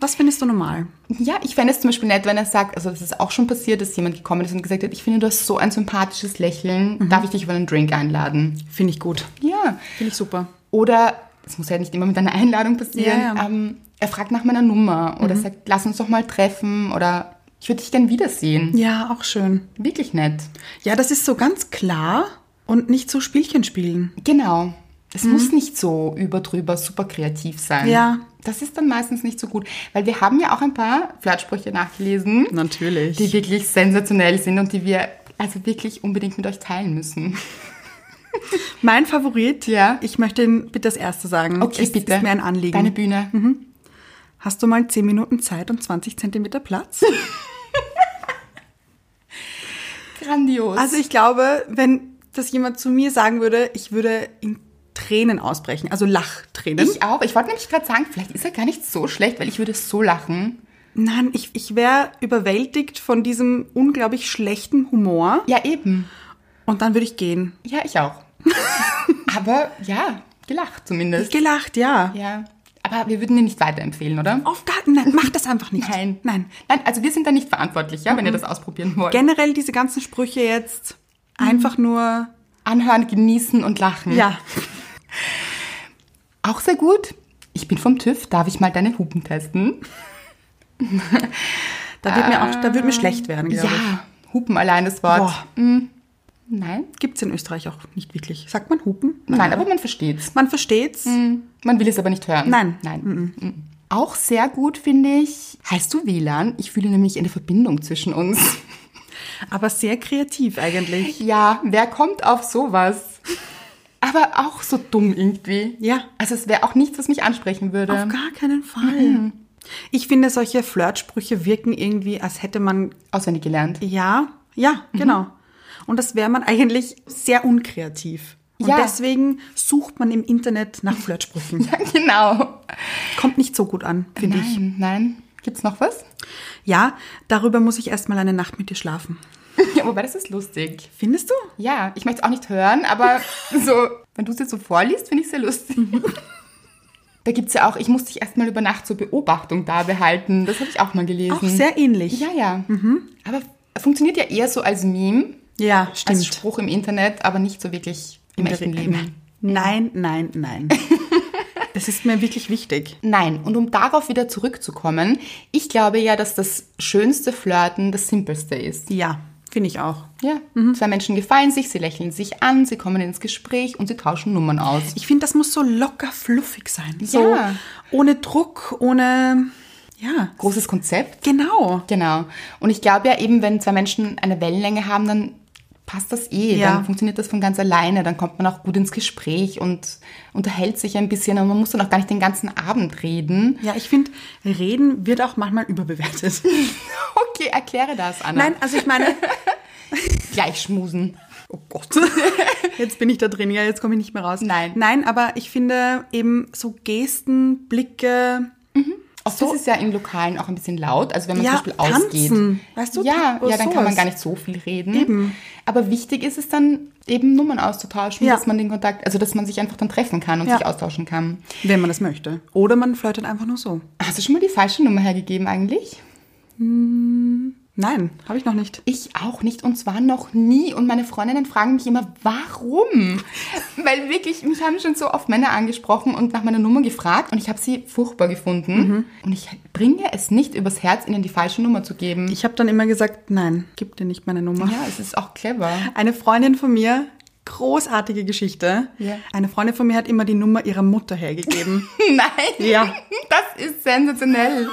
Speaker 2: Was findest du normal?
Speaker 1: Ja, ich fände es zum Beispiel nett, wenn er sagt, also das ist auch schon passiert, dass jemand gekommen ist und gesagt hat, ich finde, du hast so ein sympathisches Lächeln,
Speaker 2: Mhm.
Speaker 1: darf ich dich über einen Drink einladen?
Speaker 2: Finde ich gut.
Speaker 1: Ja.
Speaker 2: Finde ich super.
Speaker 1: Oder, es muss ja nicht immer mit einer Einladung passieren,
Speaker 2: Ja, Mhm. ja.
Speaker 1: Ähm, er fragt nach meiner Nummer oder sagt, lass uns doch mal treffen oder ich würde dich gern wiedersehen.
Speaker 2: Ja, auch schön.
Speaker 1: Wirklich nett.
Speaker 2: Ja, das ist so ganz klar und nicht so Spielchen spielen.
Speaker 1: Genau. Es muss nicht so überdrüber super kreativ sein.
Speaker 2: Mhm. Ja.
Speaker 1: Das ist dann meistens nicht so gut, weil wir haben ja auch ein paar Flatsprüche nachgelesen.
Speaker 2: Natürlich.
Speaker 1: die wirklich sensationell sind und die wir also wirklich unbedingt mit euch teilen
Speaker 2: [LAUGHS]
Speaker 1: müssen.
Speaker 2: Mein Favorit,
Speaker 1: Ja.
Speaker 2: ich möchte ihn bitte das erste sagen. es ist mir ein Anliegen. Mhm.
Speaker 1: Deine Bühne.
Speaker 2: Hast du mal 10 Minuten Zeit und 20 Zentimeter Platz?
Speaker 1: Grandios.
Speaker 2: also ich glaube, wenn das jemand zu mir sagen würde, ich würde in Tränen ausbrechen, also Lachtränen.
Speaker 1: Ich auch. Ich wollte nämlich gerade sagen, vielleicht ist er gar nicht so schlecht, weil ich würde so lachen.
Speaker 2: Nein, ich, ich wäre überwältigt von diesem unglaublich schlechten Humor
Speaker 1: Ja, eben.
Speaker 2: und dann würde ich gehen.
Speaker 1: Ja, ich auch. Aber ja, gelacht zumindest.
Speaker 2: Also Gelacht, ja.
Speaker 1: Ja. Aber wir würden ihn nicht weiterempfehlen, oder?
Speaker 2: Auf Garten, nein, mach das einfach nicht. Nein.
Speaker 1: Nein, also wir sind da nicht verantwortlich, ja, wenn ihr das ausprobieren wollt.
Speaker 2: Generell diese ganzen Sprüche jetzt einfach
Speaker 1: Mhm.
Speaker 2: nur,
Speaker 1: Anhören, genießen und lachen.
Speaker 2: ja.
Speaker 1: Auch sehr gut. Ich bin vom TÜV, darf ich mal deine Hupen testen?
Speaker 2: Da wird, mir auch, da wird mir schlecht werden, glaube ich.
Speaker 1: Ah. Ja, Hupen allein das Wort.
Speaker 2: Boah.
Speaker 1: Hm. Nein?
Speaker 2: Gibt es in Österreich auch nicht wirklich. Sagt man Hupen?
Speaker 1: Nein, Mhm. aber man versteht's.
Speaker 2: Man versteht's.
Speaker 1: Man will es aber nicht hören.
Speaker 2: Nein.
Speaker 1: Nein. Mhm. Auch sehr gut finde ich. Heißt du WLAN? Ich fühle nämlich eine Verbindung zwischen uns.
Speaker 2: Aber sehr kreativ eigentlich.
Speaker 1: Ja, wer kommt auf sowas? Aber auch so dumm irgendwie.
Speaker 2: Ja.
Speaker 1: Also es wäre auch nichts, was mich ansprechen würde.
Speaker 2: Auf gar keinen Fall. Ähm, mhm. Ich finde, solche Flirtsprüche wirken irgendwie, als hätte man,
Speaker 1: Auswendig gelernt.
Speaker 2: ja, ja,
Speaker 1: Mhm.
Speaker 2: genau. Und das wäre man eigentlich sehr unkreativ. Und
Speaker 1: Ja.
Speaker 2: deswegen sucht man im Internet nach Flirtsprüchen.
Speaker 1: [LAUGHS] Ja, [LAUGHS] genau.
Speaker 2: Kommt nicht so gut an, finde ich.
Speaker 1: Nein, nein. Gibt's noch was? [LAUGHS]
Speaker 2: Ja, darüber muss ich erstmal eine Nacht mit dir schlafen.
Speaker 1: Ja, wobei das ist lustig.
Speaker 2: Findest du?
Speaker 1: Ja, ich möchte es auch nicht hören,
Speaker 2: [LAUGHS]
Speaker 1: aber so, wenn du es jetzt so vorliest, finde ich es sehr lustig.
Speaker 2: Mhm.
Speaker 1: Da gibt es ja auch, ich muss dich erstmal über Nacht zur Beobachtung da behalten. Das habe ich auch mal gelesen.
Speaker 2: Auch sehr Mhm. ähnlich.
Speaker 1: Ja, ja. Aber funktioniert ja eher so als Meme,
Speaker 2: Ja,
Speaker 1: als Spruch im Internet, aber nicht so wirklich im echten
Speaker 2: Re-
Speaker 1: Leben.
Speaker 2: Nein, nein,
Speaker 1: [LAUGHS]
Speaker 2: nein. das ist mir wirklich wichtig.
Speaker 1: Nein, und um darauf wieder zurückzukommen, ich glaube ja, dass das schönste Flirten das simpelste ist.
Speaker 2: Ja, finde ich auch.
Speaker 1: Ja,
Speaker 2: Mhm.
Speaker 1: zwei Menschen gefallen sich, sie lächeln sich an, sie kommen ins Gespräch und sie tauschen Nummern aus.
Speaker 2: Ich finde, das muss so locker fluffig sein. So
Speaker 1: Ja.
Speaker 2: ohne Druck, ohne. Ja,
Speaker 1: Großes Konzept.
Speaker 2: genau.
Speaker 1: Genau. Und ich glaube ja eben, wenn zwei Menschen eine Wellenlänge haben, dann passt das eh.
Speaker 2: Ja.
Speaker 1: Dann funktioniert das von ganz alleine. Dann kommt man auch gut ins Gespräch und unterhält sich ein bisschen. Und man muss dann auch gar nicht den ganzen Abend reden. [LAUGHS]
Speaker 2: Ja, ich finde, Reden wird auch manchmal überbewertet.
Speaker 1: Okay, erkläre das, Anna.
Speaker 2: Nein, also
Speaker 1: [LAUGHS]
Speaker 2: ich meine,
Speaker 1: Gleich schmusen.
Speaker 2: oh Gott, [LAUGHS] jetzt bin ich da drin, ja, jetzt komme ich nicht mehr raus.
Speaker 1: Nein.
Speaker 2: Nein, aber ich finde eben so Gesten, Blicke,
Speaker 1: Oft ist es ja in Lokalen auch ein bisschen laut. Also wenn man
Speaker 2: Ja,
Speaker 1: zum Beispiel ausgeht.
Speaker 2: tanzen. Weißt du,
Speaker 1: ja,
Speaker 2: ta-
Speaker 1: ja, dann kann
Speaker 2: sowas.
Speaker 1: man gar nicht so viel reden. Aber wichtig ist es dann eben Nummern auszutauschen,
Speaker 2: Ja.
Speaker 1: dass man den Kontakt, also dass man sich einfach dann treffen kann und
Speaker 2: Ja.
Speaker 1: sich austauschen kann.
Speaker 2: wenn man das möchte. Oder man flirtet einfach nur so.
Speaker 1: Hast du schon mal die falsche Nummer hergegeben eigentlich?
Speaker 2: Nein, habe ich noch nicht.
Speaker 1: Ich auch nicht und zwar noch nie. Und meine Freundinnen fragen mich immer, warum? [LAUGHS] Weil wirklich, mich haben schon so oft Männer angesprochen und nach meiner Nummer gefragt und ich habe sie furchtbar gefunden.
Speaker 2: Mhm.
Speaker 1: Und ich bringe es nicht übers Herz, ihnen die falsche Nummer zu geben.
Speaker 2: Ich habe dann immer gesagt, nein, gib dir nicht meine Nummer.
Speaker 1: ja, es ist auch clever.
Speaker 2: Eine Freundin von mir, großartige Geschichte.
Speaker 1: Ja.
Speaker 2: Eine Freundin von mir hat immer die Nummer ihrer Mutter [LAUGHS] hergegeben.
Speaker 1: [LAUGHS] Nein,
Speaker 2: Ja.
Speaker 1: das ist sensationell.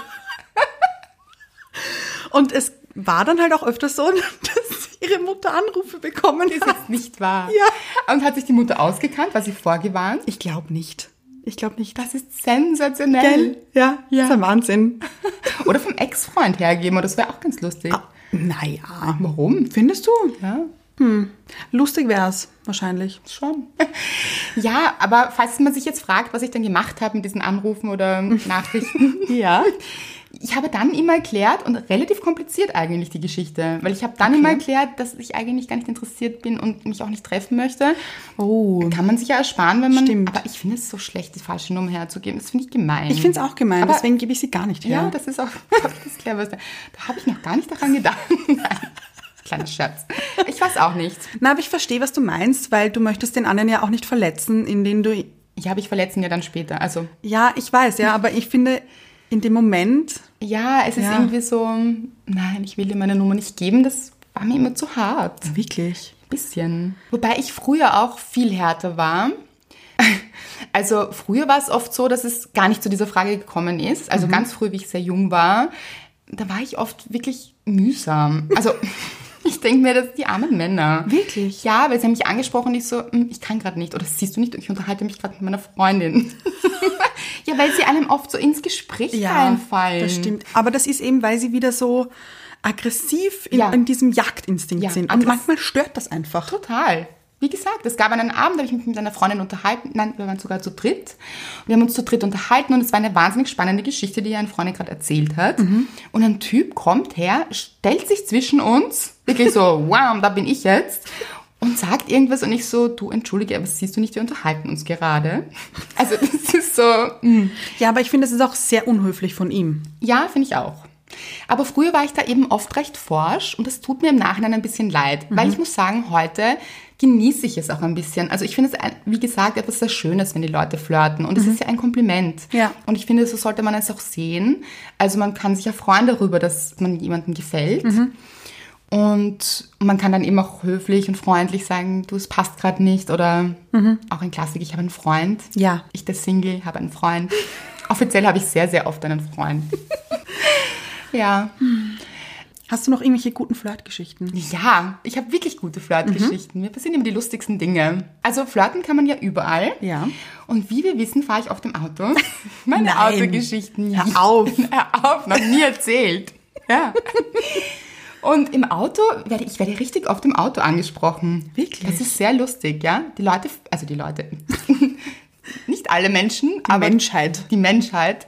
Speaker 2: Und es war dann halt auch öfters so, [LAUGHS] dass ihre Mutter Anrufe bekommen
Speaker 1: Das ist
Speaker 2: hat.
Speaker 1: jetzt nicht wahr.
Speaker 2: Ja.
Speaker 1: Und hat sich die Mutter ausgekannt? War sie vorgewarnt?
Speaker 2: [LAUGHS] Ich glaube nicht. Ich glaube nicht.
Speaker 1: Das ist sensationell.
Speaker 2: Gell? Ja, ja. ist ein Wahnsinn.
Speaker 1: Oder vom Ex-Freund hergeben, oder das wäre auch ganz lustig.
Speaker 2: Ah, Naja.
Speaker 1: Warum?
Speaker 2: Findest du? Hm.
Speaker 1: Ja.
Speaker 2: Lustig wär's, wahrscheinlich.
Speaker 1: Schon. [LAUGHS] Ja, aber falls man sich jetzt fragt, was ich dann gemacht habe mit diesen Anrufen
Speaker 2: [LAUGHS]
Speaker 1: oder Nachrichten,
Speaker 2: Ja.
Speaker 1: ich habe dann immer erklärt und relativ kompliziert eigentlich die Geschichte, weil ich habe dann immer erklärt, dass ich eigentlich gar nicht interessiert bin und mich auch nicht treffen möchte.
Speaker 2: Oh.
Speaker 1: Kann man sich ja ersparen, wenn man.
Speaker 2: Stimmt.
Speaker 1: Aber ich finde es so schlecht, die falsche Nummer herzugeben. Das finde ich gemein.
Speaker 2: Ich find's auch gemein,
Speaker 1: Aber-
Speaker 2: deswegen gebe ich sie gar nicht her.
Speaker 1: ja, das ist auch [LAUGHS] das Cleverste. Da habe ich noch gar nicht daran gedacht. [LAUGHS] Nein. Kleiner Scherz. Ich weiß auch nicht.
Speaker 2: Na, aber ich verstehe, was du meinst, weil du möchtest den anderen ja auch nicht verletzen, indem du
Speaker 1: Ich habe ich verletzen ja dann später. Also
Speaker 2: Ja, ich weiß, ja, aber ich finde, in dem Moment,
Speaker 1: Ja, es ist
Speaker 2: Ja.
Speaker 1: irgendwie so, nein, ich will dir meine Nummer nicht geben, das war mir immer zu hart. Ein
Speaker 2: wirklich.
Speaker 1: bisschen. Wobei ich früher auch viel härter war. [LAUGHS] Also früher war es oft so, dass es gar nicht zu dieser Frage gekommen ist.
Speaker 2: Mhm.
Speaker 1: Also ganz früh, wie ich sehr jung war, da war ich oft wirklich mühsam. Also [LAUGHS] ich denke mir, dass die armen Männer.
Speaker 2: Wirklich?
Speaker 1: Ja, weil sie haben mich angesprochen und ich so, "Hm, ich kann gerade nicht. Oder siehst du nicht, ich unterhalte mich gerade mit meiner Freundin. [LAUGHS] ja, weil sie einem oft so ins Gespräch reinfallen.
Speaker 2: das stimmt. Aber das ist eben, weil sie wieder so aggressiv in,
Speaker 1: Ja.
Speaker 2: in diesem Jagdinstinkt
Speaker 1: Ja,
Speaker 2: sind. Und
Speaker 1: aggress-
Speaker 2: manchmal stört das einfach.
Speaker 1: Total. Wie gesagt, es gab einen Abend, da habe ich mich mit einer Freundin unterhalten. Nein, wir waren sogar zu dritt. Wir haben uns zu dritt unterhalten und es war eine wahnsinnig spannende Geschichte, die eine Freundin gerade erzählt hat. Und ein Typ kommt her, stellt sich zwischen uns, wirklich so, wow, da bin ich jetzt, und sagt irgendwas und ich so, du entschuldige, aber siehst du nicht, wir unterhalten uns gerade. Also das ist so, mm.
Speaker 2: Ja, aber ich finde, das ist auch sehr unhöflich von ihm.
Speaker 1: ja, finde ich auch. Aber früher war ich da eben oft recht forsch und das tut mir im Nachhinein ein bisschen leid, weil ich muss sagen, heute genieße ich es auch ein bisschen. Also ich finde es, ein- wie gesagt, etwas sehr Schönes, wenn die Leute flirten und es ist ja ein Kompliment.
Speaker 2: Ja.
Speaker 1: Und ich finde, so sollte man es auch sehen. Also man kann sich ja freuen darüber, dass man jemandem gefällt. Und man kann dann eben auch höflich und freundlich sagen, du, es passt gerade nicht. Oder auch ein Klassik, ich habe einen Freund.
Speaker 2: Ja.
Speaker 1: Ich, der Single, habe einen Freund. Offiziell habe ich sehr, sehr oft einen Freund. ja.
Speaker 2: Hast du noch irgendwelche guten Flirtgeschichten?
Speaker 1: Ja, ich habe wirklich gute Flirtgeschichten.
Speaker 2: Mhm.
Speaker 1: Mir passieren immer die lustigsten Dinge. Also flirten kann man ja überall.
Speaker 2: Ja.
Speaker 1: Und wie wir wissen, fahre ich auf dem Auto. [LAUGHS] Meine
Speaker 2: Nein.
Speaker 1: Autogeschichten.
Speaker 2: Hör auf.
Speaker 1: [LAUGHS] Hör auf, noch nie erzählt. Ja. Und im Auto werde ich werde richtig oft im Auto angesprochen.
Speaker 2: Wirklich?
Speaker 1: Das ist sehr lustig, ja. Die Leute, also die Leute, [LAUGHS] nicht alle Menschen, aber
Speaker 2: Menschheit.
Speaker 1: die Menschheit.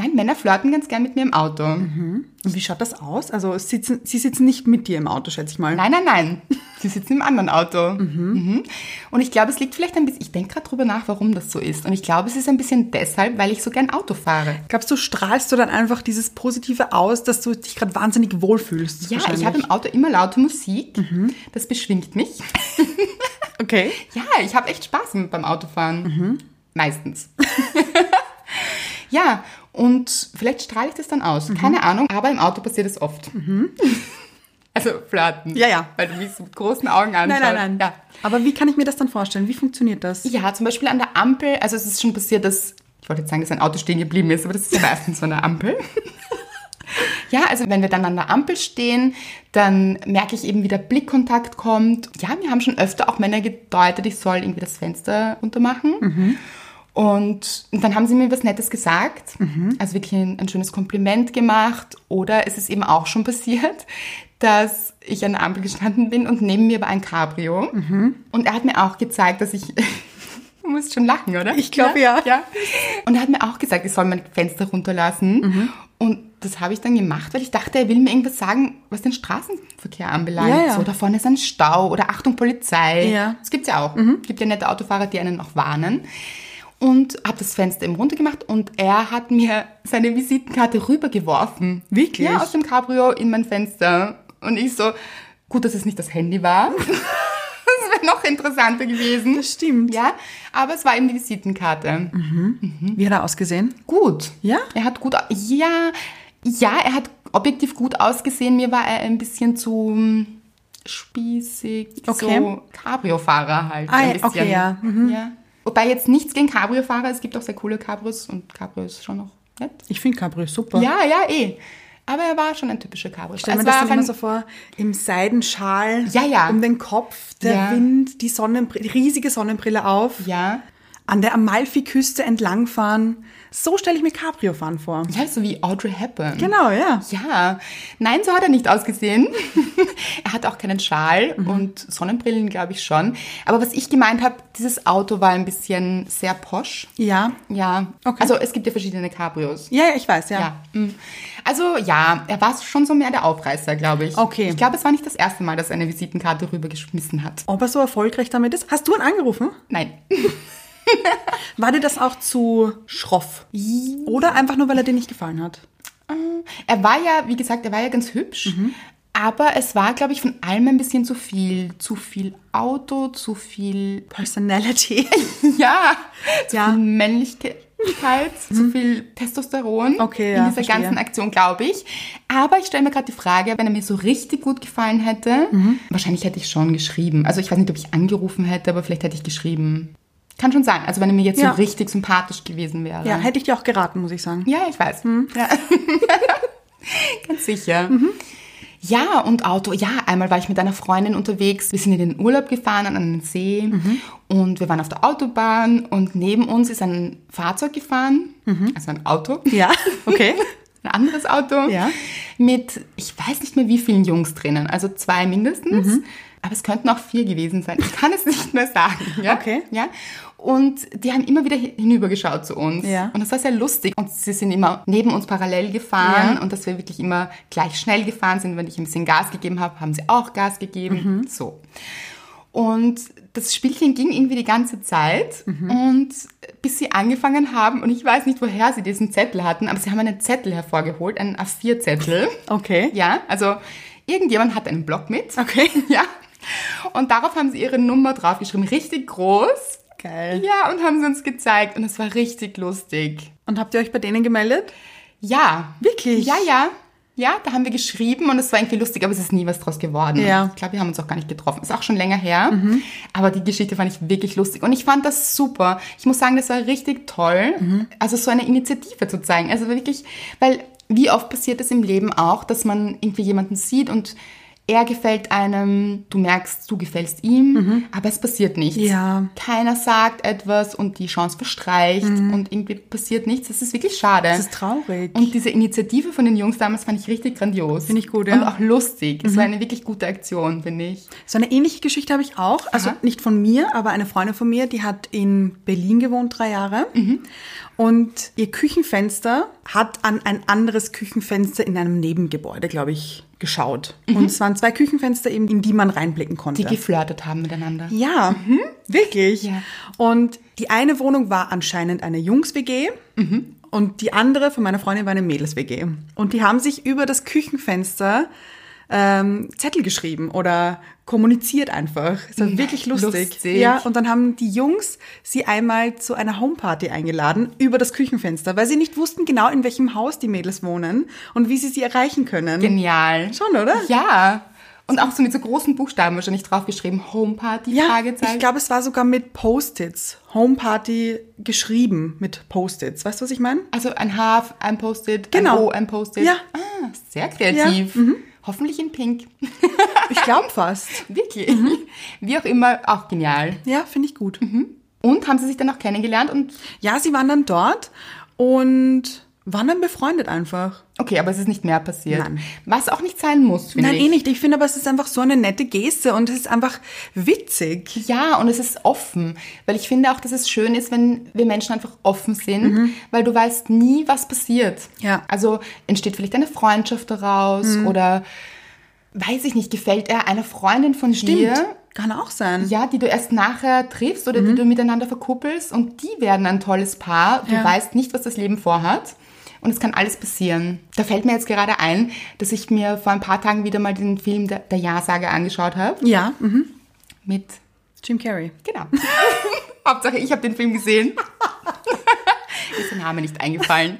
Speaker 1: Nein, Männer flirten ganz gern mit mir im Auto.
Speaker 2: Und wie schaut das aus? Also sitzen, sie sitzen nicht mit dir im Auto, schätze ich mal.
Speaker 1: Nein, nein, nein. Sie sitzen im anderen Auto. Mhm. Und ich glaube, es liegt vielleicht ein bisschen, ich denke gerade drüber nach, warum das so ist. Und ich glaube, es ist ein bisschen deshalb, weil ich so gern Auto fahre.
Speaker 2: Glaubst du, strahlst du dann einfach dieses Positive aus, dass du dich gerade wahnsinnig wohlfühlst?
Speaker 1: Ja, ich
Speaker 2: wahrscheinlich?
Speaker 1: habe im Auto immer laute Musik.
Speaker 2: Mhm.
Speaker 1: Das beschwingt mich.
Speaker 2: Okay.
Speaker 1: Ja, ich habe echt Spaß mit- beim Autofahren.
Speaker 2: Mhm.
Speaker 1: Meistens. [LAUGHS] ja, und vielleicht strahle ich das dann
Speaker 2: Mhm.
Speaker 1: aus. Keine Ahnung, aber im Auto passiert es oft. [LAUGHS] Also flirten.
Speaker 2: Ja, ja.
Speaker 1: Weil du mich mit großen Augen anschaust.
Speaker 2: Nein, nein, nein.
Speaker 1: Ja.
Speaker 2: Aber wie kann ich mir das dann vorstellen? Wie funktioniert das?
Speaker 1: Ja, zum Beispiel an der Ampel. Also es ist schon passiert, dass, ich wollte jetzt sagen, dass ein Auto stehen geblieben ist, aber das ist ja meistens so an der Ampel. Ja, also wenn wir dann an der Ampel stehen, dann merke ich eben, wie der Blickkontakt kommt. Ja, mir haben schon öfter auch Männer gedeutet, ich soll irgendwie das Fenster runtermachen. Und dann haben sie mir was Nettes gesagt,
Speaker 2: Mhm.
Speaker 1: also wirklich ein, ein schönes Kompliment gemacht. Oder es ist eben auch schon passiert, [LAUGHS] dass ich an der Ampel gestanden bin und neben mir war ein Cabrio.
Speaker 2: Mhm.
Speaker 1: Und er hat mir auch gezeigt, dass ich... [LAUGHS] Du musst schon lachen, oder?
Speaker 2: Ich glaub, ja.
Speaker 1: ja. Und er hat mir auch gesagt, ich soll mein Fenster runterlassen.
Speaker 2: Mhm.
Speaker 1: Und das habe ich dann gemacht, weil ich dachte, er will mir irgendwas sagen, was den Straßenverkehr anbelangt.
Speaker 2: Ja, ja.
Speaker 1: So, da vorne ist ein Stau oder Achtung, Polizei.
Speaker 2: Ja. Mhm.
Speaker 1: Das gibt's ja auch. gibt ja nette Autofahrer, die einen auch warnen. Und habe das Fenster eben runtergemacht und er hat mir seine Visitenkarte rübergeworfen.
Speaker 2: Wirklich?
Speaker 1: Ja, aus dem Cabrio in mein Fenster. Und ich so, gut, dass es nicht das Handy war. [LAUGHS] das wäre noch interessanter gewesen.
Speaker 2: Das stimmt.
Speaker 1: Ja, aber es war eben die Visitenkarte.
Speaker 2: Wie hat er ausgesehen?
Speaker 1: Gut.
Speaker 2: Ja?
Speaker 1: Er hat gut, au- ja, ja, er hat objektiv gut ausgesehen. Mir war er ein bisschen zu hm, spießig,
Speaker 2: Okay.
Speaker 1: so Cabrio-Fahrer halt.
Speaker 2: Ah,
Speaker 1: ein
Speaker 2: ja,
Speaker 1: bisschen.
Speaker 2: okay, ja. Mhm.
Speaker 1: ja. Wobei jetzt nichts gegen Cabrio-Fahrer, es gibt auch sehr coole Cabrios und Cabrio ist schon noch nett.
Speaker 2: Ich finde Cabrio super.
Speaker 1: Ja, ja, eh. Aber er war schon ein typischer Cabrio.
Speaker 2: Stell mir
Speaker 1: Es
Speaker 2: das
Speaker 1: war
Speaker 2: dann
Speaker 1: auch ein-
Speaker 2: immer so vor, im Seidenschal,
Speaker 1: Ja, ja.
Speaker 2: um den Kopf, der
Speaker 1: Ja.
Speaker 2: Wind, die Sonnenbrille, die riesige Sonnenbrille auf,
Speaker 1: ja.
Speaker 2: an der Amalfiküste entlangfahren. So stelle ich mir Cabrio-Fahren vor.
Speaker 1: ja, so wie Audrey Hepburn.
Speaker 2: Genau, ja.
Speaker 1: Ja, nein, so hat er nicht ausgesehen. [LAUGHS] er hat auch keinen Schal
Speaker 2: Mhm.
Speaker 1: und Sonnenbrillen, glaube ich schon. Aber was ich gemeint habe, dieses Auto war ein bisschen sehr posch.
Speaker 2: Ja,
Speaker 1: Ja,
Speaker 2: Okay.
Speaker 1: also es gibt ja verschiedene Cabrios.
Speaker 2: ja, ja ich weiß, ja.
Speaker 1: Ja. mm. Also ja, er war schon so mehr der Aufreißer, glaube ich.
Speaker 2: Okay.
Speaker 1: Ich glaube, es war nicht das erste Mal, dass er eine Visitenkarte rübergeschmissen hat.
Speaker 2: Ob er so erfolgreich damit ist? Hast du ihn angerufen?
Speaker 1: Nein.
Speaker 2: War dir das auch zu schroff? Oder einfach nur, weil er dir nicht gefallen hat?
Speaker 1: Er war ja, wie gesagt, er war ja ganz hübsch.
Speaker 2: Mhm.
Speaker 1: Aber es war, glaube ich, von allem ein bisschen zu viel. Zu viel Auto, zu viel [LAUGHS]
Speaker 2: Personality. [LAUGHS]
Speaker 1: Ja, zu
Speaker 2: Ja.
Speaker 1: viel Männlichkeit,
Speaker 2: [LAUGHS]
Speaker 1: zu viel Testosteron
Speaker 2: Okay,
Speaker 1: in
Speaker 2: ja,
Speaker 1: dieser
Speaker 2: verstehe.
Speaker 1: ganzen Aktion, glaube ich. Aber ich stelle mir gerade die Frage, wenn er mir so richtig gut gefallen hätte,
Speaker 2: Mhm.
Speaker 1: wahrscheinlich hätte ich schon geschrieben. Also ich weiß nicht, ob ich angerufen hätte, aber vielleicht hätte ich geschrieben. Kann schon sein. Also wenn er mir jetzt
Speaker 2: Ja.
Speaker 1: so richtig sympathisch gewesen wäre.
Speaker 2: Ja, hätte ich dir auch geraten, muss ich sagen.
Speaker 1: Ja, ich weiß. Ja. [LAUGHS] Ganz sicher.
Speaker 2: Mhm.
Speaker 1: Ja, und Auto. Ja, einmal war ich mit einer Freundin unterwegs. Wir sind in den Urlaub gefahren an einen See
Speaker 2: Mhm.
Speaker 1: und wir waren auf der Autobahn und neben uns ist ein Fahrzeug gefahren, also ein Auto,
Speaker 2: Mhm. Ja, okay.
Speaker 1: [LAUGHS] ein anderes Auto,
Speaker 2: Ja. Mhm.
Speaker 1: mit ich weiß nicht mehr wie vielen Jungs drinnen, also zwei mindestens. Aber es könnten auch vier gewesen sein. Ich kann es nicht mehr sagen. Ja?
Speaker 2: Okay.
Speaker 1: Ja? Und die haben immer wieder hi- hinübergeschaut zu uns.
Speaker 2: Ja.
Speaker 1: Und das war sehr lustig. Und sie sind immer neben uns parallel gefahren
Speaker 2: Ja.
Speaker 1: und dass wir wirklich immer gleich schnell gefahren sind. Wenn ich ein bisschen Gas gegeben habe, haben sie auch Gas
Speaker 2: Mhm.
Speaker 1: gegeben. So. Und das Spielchen ging irgendwie die ganze Zeit
Speaker 2: Mhm.
Speaker 1: und bis sie angefangen haben, und ich weiß nicht, woher sie diesen Zettel hatten, aber sie haben einen Zettel hervorgeholt, einen
Speaker 2: [LAUGHS]
Speaker 1: A4-Zettel.
Speaker 2: Okay.
Speaker 1: Ja, also irgendjemand hat einen Block mit.
Speaker 2: Okay.
Speaker 1: [LAUGHS] Ja. Und darauf haben sie ihre Nummer draufgeschrieben, richtig groß.
Speaker 2: Geil.
Speaker 1: Ja, und haben sie uns gezeigt und es war richtig lustig.
Speaker 2: Und habt ihr euch bei denen gemeldet?
Speaker 1: Ja.
Speaker 2: Wirklich?
Speaker 1: Ja, ja. Ja, da haben wir geschrieben und es war irgendwie lustig, aber es ist nie was draus geworden.
Speaker 2: Ja.
Speaker 1: Ich glaube, wir haben uns auch gar nicht getroffen. Ist auch schon länger her. Aber die Geschichte fand ich wirklich lustig und ich fand das super. Ich muss sagen, das war richtig toll, also so eine Initiative zu zeigen. Also wirklich, weil wie oft passiert es im Leben auch, dass man irgendwie jemanden sieht und er gefällt einem, du merkst, du gefällst ihm, aber es passiert nichts.
Speaker 2: Ja.
Speaker 1: Keiner sagt etwas und die Chance verstreicht und irgendwie passiert nichts. Das ist wirklich schade.
Speaker 2: Mhm. Das ist traurig.
Speaker 1: Und diese Initiative von den Jungs damals fand ich richtig grandios.
Speaker 2: Finde ich gut, ja. Mhm.
Speaker 1: Und auch lustig. Es war eine wirklich gute Aktion, finde ich.
Speaker 2: So eine ähnliche Geschichte habe ich auch. Also
Speaker 1: Aha.
Speaker 2: nicht von mir, aber eine Freundin von mir, die hat in Berlin gewohnt, drei Jahre. Und ihr Küchenfenster hat an ein anderes Küchenfenster in einem Nebengebäude, glaube ich, geschaut. Und es waren zwei Küchenfenster, eben, in Mhm. die man reinblicken konnte.
Speaker 1: Die geflirtet haben miteinander.
Speaker 2: Ja, wirklich.
Speaker 1: Mhm. Ja.
Speaker 2: Und die eine Wohnung war anscheinend eine Jungs-WG
Speaker 1: Mhm.
Speaker 2: und die andere von meiner Freundin war eine Mädels-WG. Und die haben sich über das Küchenfenster ähm, Zettel geschrieben oder kommuniziert einfach. Es war wirklich lustig.
Speaker 1: lustig.
Speaker 2: Ja, und dann haben die Jungs sie einmal zu einer Homeparty eingeladen über das Küchenfenster, weil sie nicht wussten genau, in welchem Haus die Mädels wohnen und wie sie sie erreichen können.
Speaker 1: Genial.
Speaker 2: Schon, oder?
Speaker 1: Ja. Und auch so mit so großen Buchstaben wahrscheinlich draufgeschrieben. Homeparty,
Speaker 2: Ja,
Speaker 1: Fragezeichen.
Speaker 2: ich glaube, es war sogar mit Post-its. Homeparty geschrieben mit Post-its. Weißt du, was ich meine?
Speaker 1: also ein Half, ein Post-it, ein
Speaker 2: Genau.
Speaker 1: O, ein Post-it.
Speaker 2: Ja. Mhm.
Speaker 1: Ah, sehr kreativ. Hoffentlich in Pink. [LAUGHS]
Speaker 2: Ich glaube fast.
Speaker 1: Wirklich.
Speaker 2: Mhm.
Speaker 1: Wie auch immer, auch genial.
Speaker 2: [LAUGHS] Ja, finde ich gut.
Speaker 1: Und haben sie sich dann auch kennengelernt und
Speaker 2: Ja, sie waren dann dort und waren dann befreundet einfach.
Speaker 1: okay, aber es ist nicht mehr passiert.
Speaker 2: Nein.
Speaker 1: Was auch nicht sein muss, finde
Speaker 2: Nein,
Speaker 1: ich.
Speaker 2: eh nicht. Ich finde aber, es ist einfach so eine nette Geste und es ist einfach witzig.
Speaker 1: Ja, und es ist offen, weil ich finde auch, dass es schön ist, wenn wir Menschen einfach offen sind, weil du weißt nie, was passiert.
Speaker 2: Mhm. Ja. Mhm.
Speaker 1: Also entsteht vielleicht eine Freundschaft daraus oder weiß ich nicht, gefällt er einer Freundin von dir?
Speaker 2: Kann auch sein.
Speaker 1: Ja, die du erst nachher triffst
Speaker 2: Mhm.
Speaker 1: oder die du miteinander verkuppelst und die werden ein tolles Paar. Du
Speaker 2: Ja.
Speaker 1: weißt nicht, was das Leben vorhat und es kann alles passieren. Da fällt mir jetzt gerade ein, dass ich mir vor ein paar Tagen wieder mal den Film der, der Ja-Sage angeschaut habe
Speaker 2: Ja, mhm.
Speaker 1: mit
Speaker 2: Jim Carrey.
Speaker 1: Genau. [LAUGHS] Hauptsache, ich habe den Film gesehen. [LAUGHS] ist der Name nicht eingefallen.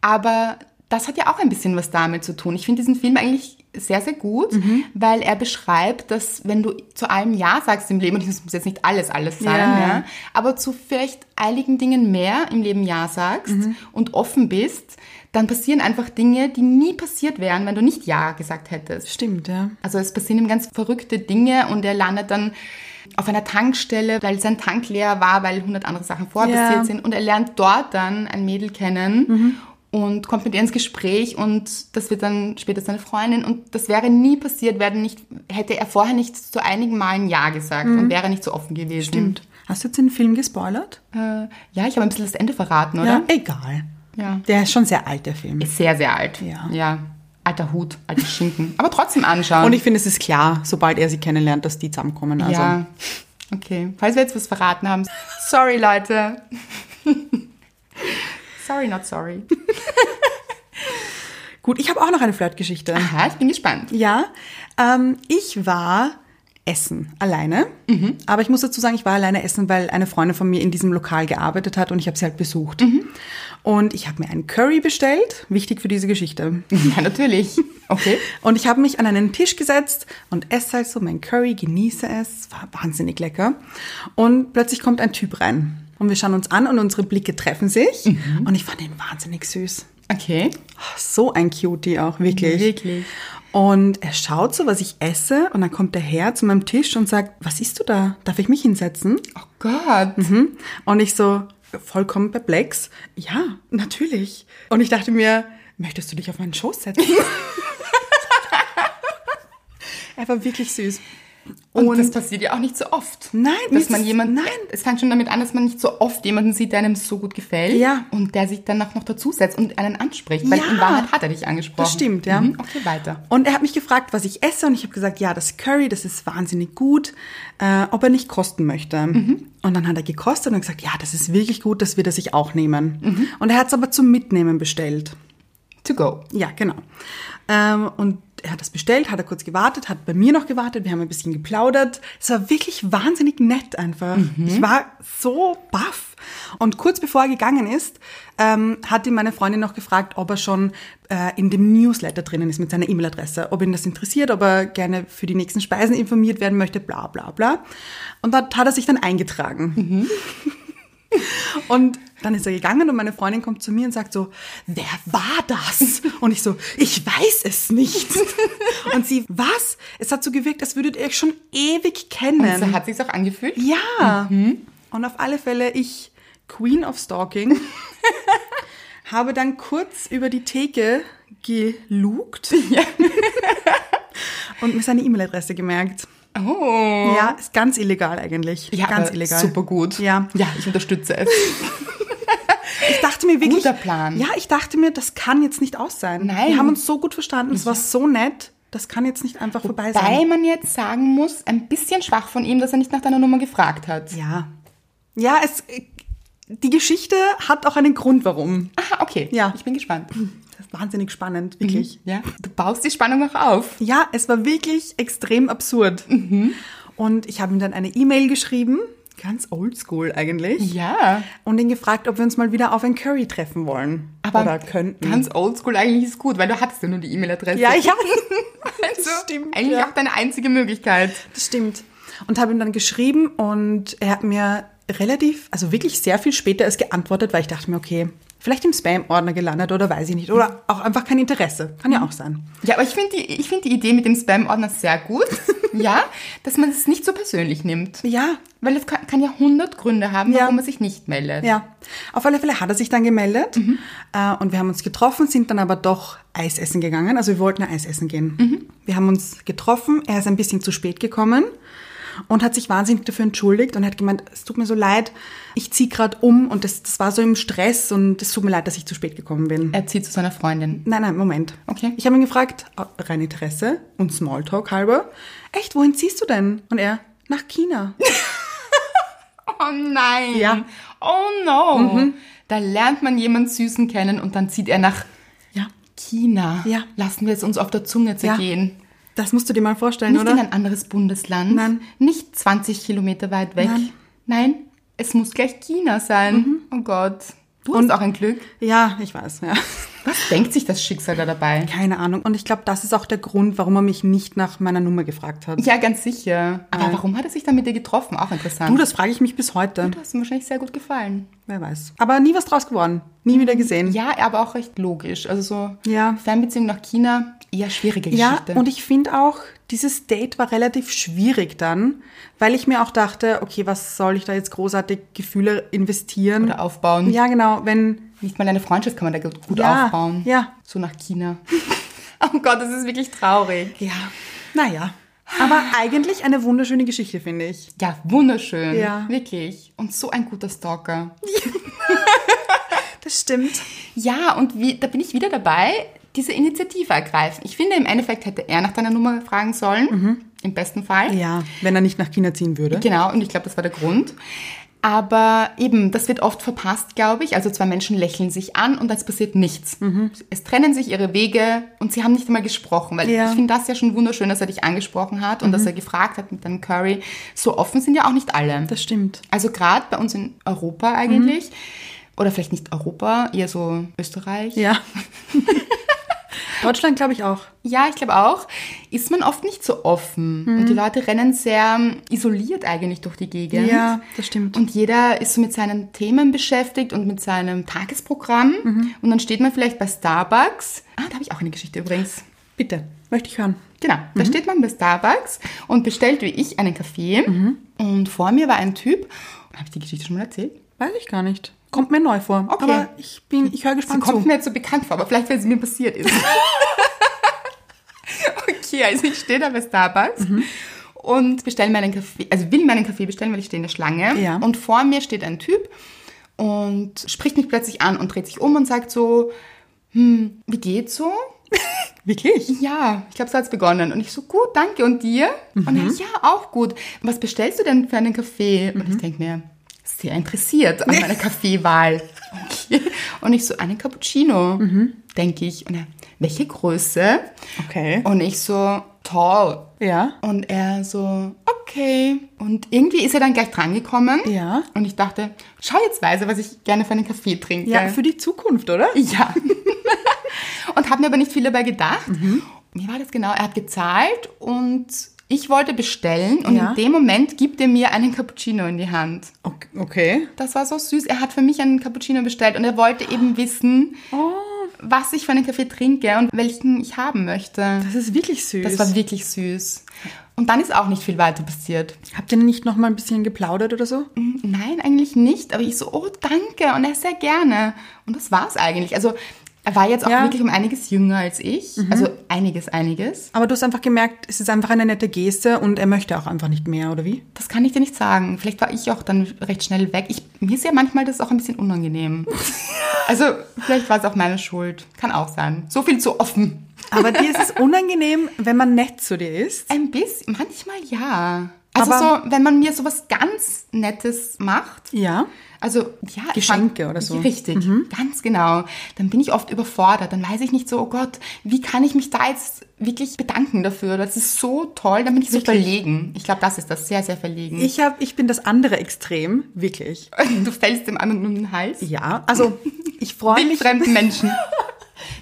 Speaker 1: Aber das hat ja auch ein bisschen was damit zu tun. Ich finde diesen Film eigentlich sehr, sehr gut, weil er beschreibt, dass wenn du zu allem Ja sagst im Leben, und es muss jetzt nicht alles, alles sein,
Speaker 2: Ja.
Speaker 1: ja. aber zu vielleicht einigen Dingen mehr im Leben Ja sagst und offen bist, dann passieren einfach Dinge, die nie passiert wären, wenn du nicht Ja gesagt hättest.
Speaker 2: Stimmt, ja.
Speaker 1: Also es passieren ihm ganz verrückte Dinge und er landet dann auf einer Tankstelle, weil sein Tank leer war, weil 100 andere Sachen vorher
Speaker 2: Ja. Mhm.
Speaker 1: passiert sind. Und er lernt dort dann ein Mädel kennen und kommt mit ihr ins Gespräch und das wird dann später seine Freundin. Und das wäre nie passiert, wäre nicht, hätte er vorher nicht zu einigen Malen Ja gesagt und wäre nicht so offen gewesen.
Speaker 2: Mhm. Stimmt. Hast du jetzt den Film gespoilert?
Speaker 1: Äh, ja, ich habe ein bisschen das Ende verraten,
Speaker 2: Ja,
Speaker 1: oder?
Speaker 2: egal.
Speaker 1: Ja.
Speaker 2: Der ist schon sehr alt, der Film.
Speaker 1: Ist sehr, sehr alt.
Speaker 2: Ja.
Speaker 1: ja. Alter Hut, alter Schinken. Aber trotzdem anschauen.
Speaker 2: Und ich finde, es ist klar, sobald er sie kennenlernt, dass die zusammenkommen. Also.
Speaker 1: Ja. Okay. Falls wir jetzt was verraten haben. Sorry, Leute. sorry, not sorry.
Speaker 2: Gut, ich habe auch noch eine Flirtgeschichte.
Speaker 1: Aha, ich bin gespannt.
Speaker 2: Ja, ähm, ich war essen alleine. Aber ich muss dazu sagen, ich war alleine essen, weil eine Freundin von mir in diesem Lokal gearbeitet hat und ich habe sie halt besucht. Und ich habe mir einen Curry bestellt, wichtig für diese Geschichte.
Speaker 1: Ja, natürlich. Okay.
Speaker 2: Und ich habe mich an einen Tisch gesetzt und esse halt so mein Curry, genieße es, war wahnsinnig lecker. Und plötzlich kommt ein Typ rein. Und wir schauen uns an und unsere Blicke treffen sich. Und ich fand ihn wahnsinnig süß.
Speaker 1: Okay.
Speaker 2: So ein Cutie auch, wirklich.
Speaker 1: Wirklich.
Speaker 2: Und er schaut so, was ich esse, und dann kommt er her zu meinem Tisch und sagt, was isst du da? Darf ich mich hinsetzen?
Speaker 1: Oh Gott.
Speaker 2: Mhm. Und ich so, vollkommen perplex, ja, natürlich. Und ich dachte mir, möchtest du dich [LAUGHS] auf meinen Schoß setzen? er war wirklich süß.
Speaker 1: Und,
Speaker 2: Und-
Speaker 1: das passiert ja auch nicht so oft.
Speaker 2: Nein, mir
Speaker 1: dass
Speaker 2: ist
Speaker 1: man
Speaker 2: es-
Speaker 1: jemand,
Speaker 2: nein.
Speaker 1: Es fängt schon damit an, dass man nicht so oft jemanden sieht, der einem so gut gefällt.
Speaker 2: Ja.
Speaker 1: Und der sich dann auch noch dazu setzt und einen anspricht. Weil
Speaker 2: Ja.
Speaker 1: in Wahrheit hat er dich angesprochen.
Speaker 2: Das stimmt, ja.
Speaker 1: Mhm, okay, weiter.
Speaker 2: Und er hat mich gefragt, was ich esse, und ich habe gesagt, ja, das Curry, das ist wahnsinnig gut, äh, ob er nicht kosten möchte. Und dann hat er gekostet und gesagt, ja, das ist wirklich gut, das wird er sich auch nehmen. Und er hat es aber zum Mitnehmen bestellt.
Speaker 1: To go.
Speaker 2: Ja, genau. Ähm, und er hat das bestellt, hat er kurz gewartet, hat bei mir noch gewartet, wir haben ein bisschen geplaudert. Es war wirklich wahnsinnig nett einfach. Ich war so baff. Und kurz bevor er gegangen ist, ähm, hat ihn meine Freundin noch gefragt, ob er schon äh, in dem Newsletter drinnen ist mit seiner E-Mail-Adresse, ob ihn das interessiert, ob er gerne für die nächsten Speisen informiert werden möchte, bla bla bla. Und da hat er sich dann eingetragen. Und dann ist er gegangen und meine Freundin kommt zu mir und sagt so, wer war das? Und ich so, ich weiß
Speaker 1: [LAUGHS]
Speaker 2: es nicht. Und sie, was? Es hat so gewirkt, als würdet ihr euch schon ewig
Speaker 1: Und
Speaker 2: kennen.
Speaker 1: so Also hat Mhm. sich's auch angefühlt.
Speaker 2: ja. Und auf alle Fälle, ich, Queen
Speaker 1: [LAUGHS]
Speaker 2: of Stalking, habe dann kurz über die Theke
Speaker 1: [LAUGHS]
Speaker 2: gelugt und mir seine E-Mail-Adresse gemerkt.
Speaker 1: Oh.
Speaker 2: Ja, ist ganz illegal eigentlich.
Speaker 1: Ja,
Speaker 2: ganz
Speaker 1: aber super gut.
Speaker 2: Ja.
Speaker 1: Ja, ich unterstütze es.
Speaker 2: Ich dachte mir wirklich.
Speaker 1: Guter Plan.
Speaker 2: Ja, ich dachte mir, das kann jetzt nicht aus sein.
Speaker 1: Nein.
Speaker 2: Wir haben uns so gut verstanden, es war so nett, das kann jetzt nicht einfach vorbei
Speaker 1: Weil
Speaker 2: sein.
Speaker 1: man jetzt sagen muss, ein bisschen schwach von ihm, dass er nicht nach deiner Nummer gefragt hat.
Speaker 2: Ja. Ja, es. Die Geschichte hat auch einen Grund, warum.
Speaker 1: Aha, okay.
Speaker 2: Ja.
Speaker 1: Ich bin gespannt.
Speaker 2: Das ist wahnsinnig
Speaker 1: Mhm.
Speaker 2: spannend, wirklich.
Speaker 1: Ja. Du baust die Spannung auch auf.
Speaker 2: Ja, es war wirklich extrem absurd.
Speaker 1: Mhm.
Speaker 2: Und ich habe ihm dann eine E-Mail geschrieben, ganz oldschool eigentlich,
Speaker 1: Ja.
Speaker 2: und ihn gefragt, ob wir uns mal wieder auf ein Curry treffen wollen.
Speaker 1: Aber
Speaker 2: Oder könnten.
Speaker 1: ganz oldschool eigentlich ist gut, weil du hattest ja nur die E-Mail-Adresse. [LAUGHS]
Speaker 2: ja, ich habe.
Speaker 1: Also
Speaker 2: stimmt,
Speaker 1: Eigentlich
Speaker 2: ja.
Speaker 1: auch deine einzige Möglichkeit.
Speaker 2: Das stimmt. Und habe ihm dann geschrieben und er hat mir relativ, also wirklich sehr viel später erst geantwortet, weil ich dachte mir, okay, vielleicht im Spam-Ordner gelandet oder weiß ich nicht. Oder auch einfach kein Interesse. Kann ja auch sein.
Speaker 1: Ja, aber ich finde die, ich find die Idee mit dem Spam-Ordner sehr
Speaker 2: [LAUGHS]
Speaker 1: gut. ja, dass man es nicht so persönlich nimmt.
Speaker 2: Ja,
Speaker 1: Weil es kann, kann ja 100 Gründe haben,
Speaker 2: Ja.
Speaker 1: warum man sich nicht meldet.
Speaker 2: ja. Auf alle Fälle hat er sich dann gemeldet
Speaker 1: Mhm.
Speaker 2: äh, und wir haben uns getroffen, sind dann aber doch Eis essen gegangen. Also wir wollten Eis essen gehen.
Speaker 1: Mhm.
Speaker 2: Wir haben uns getroffen, er ist ein bisschen zu spät gekommen und hat sich wahnsinnig dafür entschuldigt und hat gemeint, es tut mir so leid, ich ziehe gerade um und das, das war so im Stress und es tut mir leid, dass ich zu spät gekommen bin.
Speaker 1: Er zieht zu seiner Freundin.
Speaker 2: Nein, nein, Moment.
Speaker 1: Okay.
Speaker 2: Ich habe ihn gefragt, äh, rein Interesse und Smalltalk halber, echt, wohin ziehst du denn? Und er, nach China.
Speaker 1: Oh nein.
Speaker 2: Ja.
Speaker 1: Oh no. Da lernt man jemanden Süßen kennen und dann zieht er nach
Speaker 2: ja.
Speaker 1: China.
Speaker 2: Ja.
Speaker 1: Lassen wir es uns auf der Zunge zergehen.
Speaker 2: Das musst du dir mal vorstellen,
Speaker 1: Nicht
Speaker 2: oder?
Speaker 1: in ein anderes Bundesland.
Speaker 2: Nein.
Speaker 1: Nicht 20 Kilometer weit weg.
Speaker 2: Nein.
Speaker 1: Nein, es muss gleich China sein. Oh Gott. Du hast auch ein Glück.
Speaker 2: Ja, ich weiß, ja.
Speaker 1: Was denkt sich das Schicksal da dabei?
Speaker 2: Keine Ahnung. Und ich glaube, das ist auch der Grund, warum er mich nicht nach meiner Nummer gefragt hat.
Speaker 1: Ja, ganz sicher. Aber
Speaker 2: Nein.
Speaker 1: warum hat er sich dann mit dir getroffen? Auch interessant.
Speaker 2: Du, das frage ich mich bis heute.
Speaker 1: Du hast ihm wahrscheinlich sehr gut gefallen.
Speaker 2: Wer weiß. Aber nie was draus geworden. Nie wieder gesehen.
Speaker 1: Ja, aber auch recht logisch. Also so
Speaker 2: Ja.
Speaker 1: Fernbeziehung nach China, eher schwierige
Speaker 2: Ja,
Speaker 1: Geschichte.
Speaker 2: und ich finde auch, dieses Date war relativ schwierig dann, weil ich mir auch dachte, okay, was soll ich da jetzt großartig Gefühle investieren?
Speaker 1: Oder aufbauen.
Speaker 2: Ja, genau, wenn,
Speaker 1: Nicht mal eine Freundschaft kann man da gut gut
Speaker 2: Ja,
Speaker 1: aufbauen.
Speaker 2: ja.
Speaker 1: So nach China. [LAUGHS] oh Gott, das ist wirklich traurig.
Speaker 2: ja, naja. Aber eigentlich eine wunderschöne Geschichte, finde ich.
Speaker 1: Ja, wunderschön.
Speaker 2: Ja.
Speaker 1: Wirklich. Und so ein guter Stalker.
Speaker 2: Das stimmt.
Speaker 1: Ja, und wie, da bin ich wieder dabei, diese Initiative ergreifen. Ich finde, im Endeffekt hätte er nach deiner Nummer fragen sollen. Im besten Fall.
Speaker 2: Ja, wenn er nicht nach China ziehen würde.
Speaker 1: Genau, und ich glaube, das war der Grund. Aber eben, das wird oft verpasst, glaube ich. Also zwei Menschen lächeln sich an und es passiert nichts.
Speaker 2: Mhm.
Speaker 1: Es trennen sich ihre Wege und sie haben nicht einmal gesprochen. Weil
Speaker 2: Ja. Mhm.
Speaker 1: ich finde das ja schon wunderschön, dass er dich angesprochen hat und dass er gefragt hat mit deinem Curry. So offen sind ja auch nicht alle.
Speaker 2: Das Mhm. stimmt.
Speaker 1: Also gerade bei uns in Europa eigentlich. Oder vielleicht nicht Europa, eher so Österreich.
Speaker 2: Ja. [LAUGHS] Deutschland glaube ich auch.
Speaker 1: Ja, ich glaube auch, ist man oft nicht so offen. Und
Speaker 2: Mhm.
Speaker 1: die Leute rennen sehr ähm, isoliert eigentlich durch die Gegend.
Speaker 2: Ja, das stimmt.
Speaker 1: Und jeder ist so mit seinen Themen beschäftigt und mit seinem Tagesprogramm.
Speaker 2: Mhm.
Speaker 1: Und dann steht man vielleicht bei Starbucks. Ah, da habe ich auch eine Geschichte übrigens.
Speaker 2: Bitte, möchte ich hören.
Speaker 1: Genau,
Speaker 2: Mhm.
Speaker 1: da steht man bei Starbucks und bestellt wie ich einen Kaffee.
Speaker 2: Mhm.
Speaker 1: Und vor mir war ein Typ. Habe ich die Geschichte schon mal erzählt?
Speaker 2: Weiß ich gar nicht. Kommt mir neu vor.
Speaker 1: Okay.
Speaker 2: Aber ich bin, ich höre
Speaker 1: Sie
Speaker 2: gespannt
Speaker 1: kommt
Speaker 2: zu.
Speaker 1: mir jetzt so bekannt vor, aber vielleicht, weil sie mir passiert
Speaker 2: [LAUGHS] Mhm.
Speaker 1: ist. okay, also ich stehe da bei Starbucks und bestelle meinen Kaffee, also will meinen Kaffee bestellen, weil ich stehe in der Schlange.
Speaker 2: Ja.
Speaker 1: Und vor mir steht ein Typ und spricht mich plötzlich an und dreht sich um und sagt so, hm, wie geht's so?
Speaker 2: Wirklich?
Speaker 1: Ja, ich glaube, so hat's begonnen. Und ich so, gut, danke. Und dir? Und
Speaker 2: Mhm.
Speaker 1: er, ja, auch gut. Was bestellst du denn für einen Kaffee?
Speaker 2: Mhm.
Speaker 1: Und ich denke mir, sehr interessiert an
Speaker 2: [LAUGHS]
Speaker 1: meiner Kaffeewahl. Okay. Und ich so, einen Cappuccino,
Speaker 2: Mhm.
Speaker 1: denke ich. Und er, welche Größe?
Speaker 2: Okay.
Speaker 1: Und ich so, tall.
Speaker 2: Ja.
Speaker 1: Und er so, okay. Und irgendwie ist er dann gleich drangekommen.
Speaker 2: Ja.
Speaker 1: Und ich dachte, schau jetzt weise, was ich gerne für einen Kaffee trinke.
Speaker 2: Ja, für die Zukunft, oder?
Speaker 1: Ja. [LAUGHS] und habe mir aber nicht viel dabei gedacht.
Speaker 2: Mhm.
Speaker 1: Wie war das genau? Er hat gezahlt und ich wollte bestellen und
Speaker 2: Ja.
Speaker 1: in dem Moment gibt er mir einen Cappuccino in die Hand.
Speaker 2: Okay.
Speaker 1: Das war so süß. Er hat für mich einen Cappuccino bestellt und er wollte eben wissen,
Speaker 2: Oh.
Speaker 1: was ich für einen Kaffee trinke und welchen ich haben möchte.
Speaker 2: Das ist wirklich süß.
Speaker 1: Das war wirklich süß. Und dann ist auch nicht viel weiter passiert.
Speaker 2: Habt ihr nicht noch mal ein bisschen geplaudert oder so?
Speaker 1: Mhm. Nein, eigentlich nicht. Aber ich so, oh, danke. Und er sehr gerne. Und das war's eigentlich. Also, er war jetzt auch
Speaker 2: Ja. Mhm.
Speaker 1: wirklich um einiges jünger als ich. Also, einiges, einiges.
Speaker 2: Aber du hast einfach gemerkt, es ist einfach eine nette Geste und er möchte auch einfach nicht mehr, oder wie?
Speaker 1: Das kann ich dir nicht sagen. Vielleicht war ich auch dann recht schnell weg. Ich, mir ist ja manchmal das auch ein bisschen
Speaker 2: [LAUGHS]
Speaker 1: unangenehm. also, vielleicht war es auch meine Schuld. Kann auch sein. So viel zu offen.
Speaker 2: Aber dir
Speaker 1: [LAUGHS]
Speaker 2: ist es unangenehm, wenn man nett zu dir ist.
Speaker 1: Ein bisschen, manchmal ja. Also,
Speaker 2: Aber-
Speaker 1: so, wenn man mir sowas ganz Nettes macht,
Speaker 2: Ja.
Speaker 1: Also, ja. ich
Speaker 2: Geschenke
Speaker 1: fand-
Speaker 2: oder so.
Speaker 1: Richtig, ganz genau. Dann bin ich oft überfordert. Dann weiß ich nicht so, oh Gott, wie kann ich mich da jetzt wirklich bedanken dafür? Das ist so toll. Dann bin ich so verlegen. Ich glaube, das ist das. Sehr, sehr verlegen.
Speaker 2: Ich, hab, ich bin das andere Extrem, wirklich.
Speaker 1: [LAUGHS] du fällst dem anderen um den Hals.
Speaker 2: Ja, also ich freue
Speaker 1: Bin
Speaker 2: mich.
Speaker 1: fremden Menschen.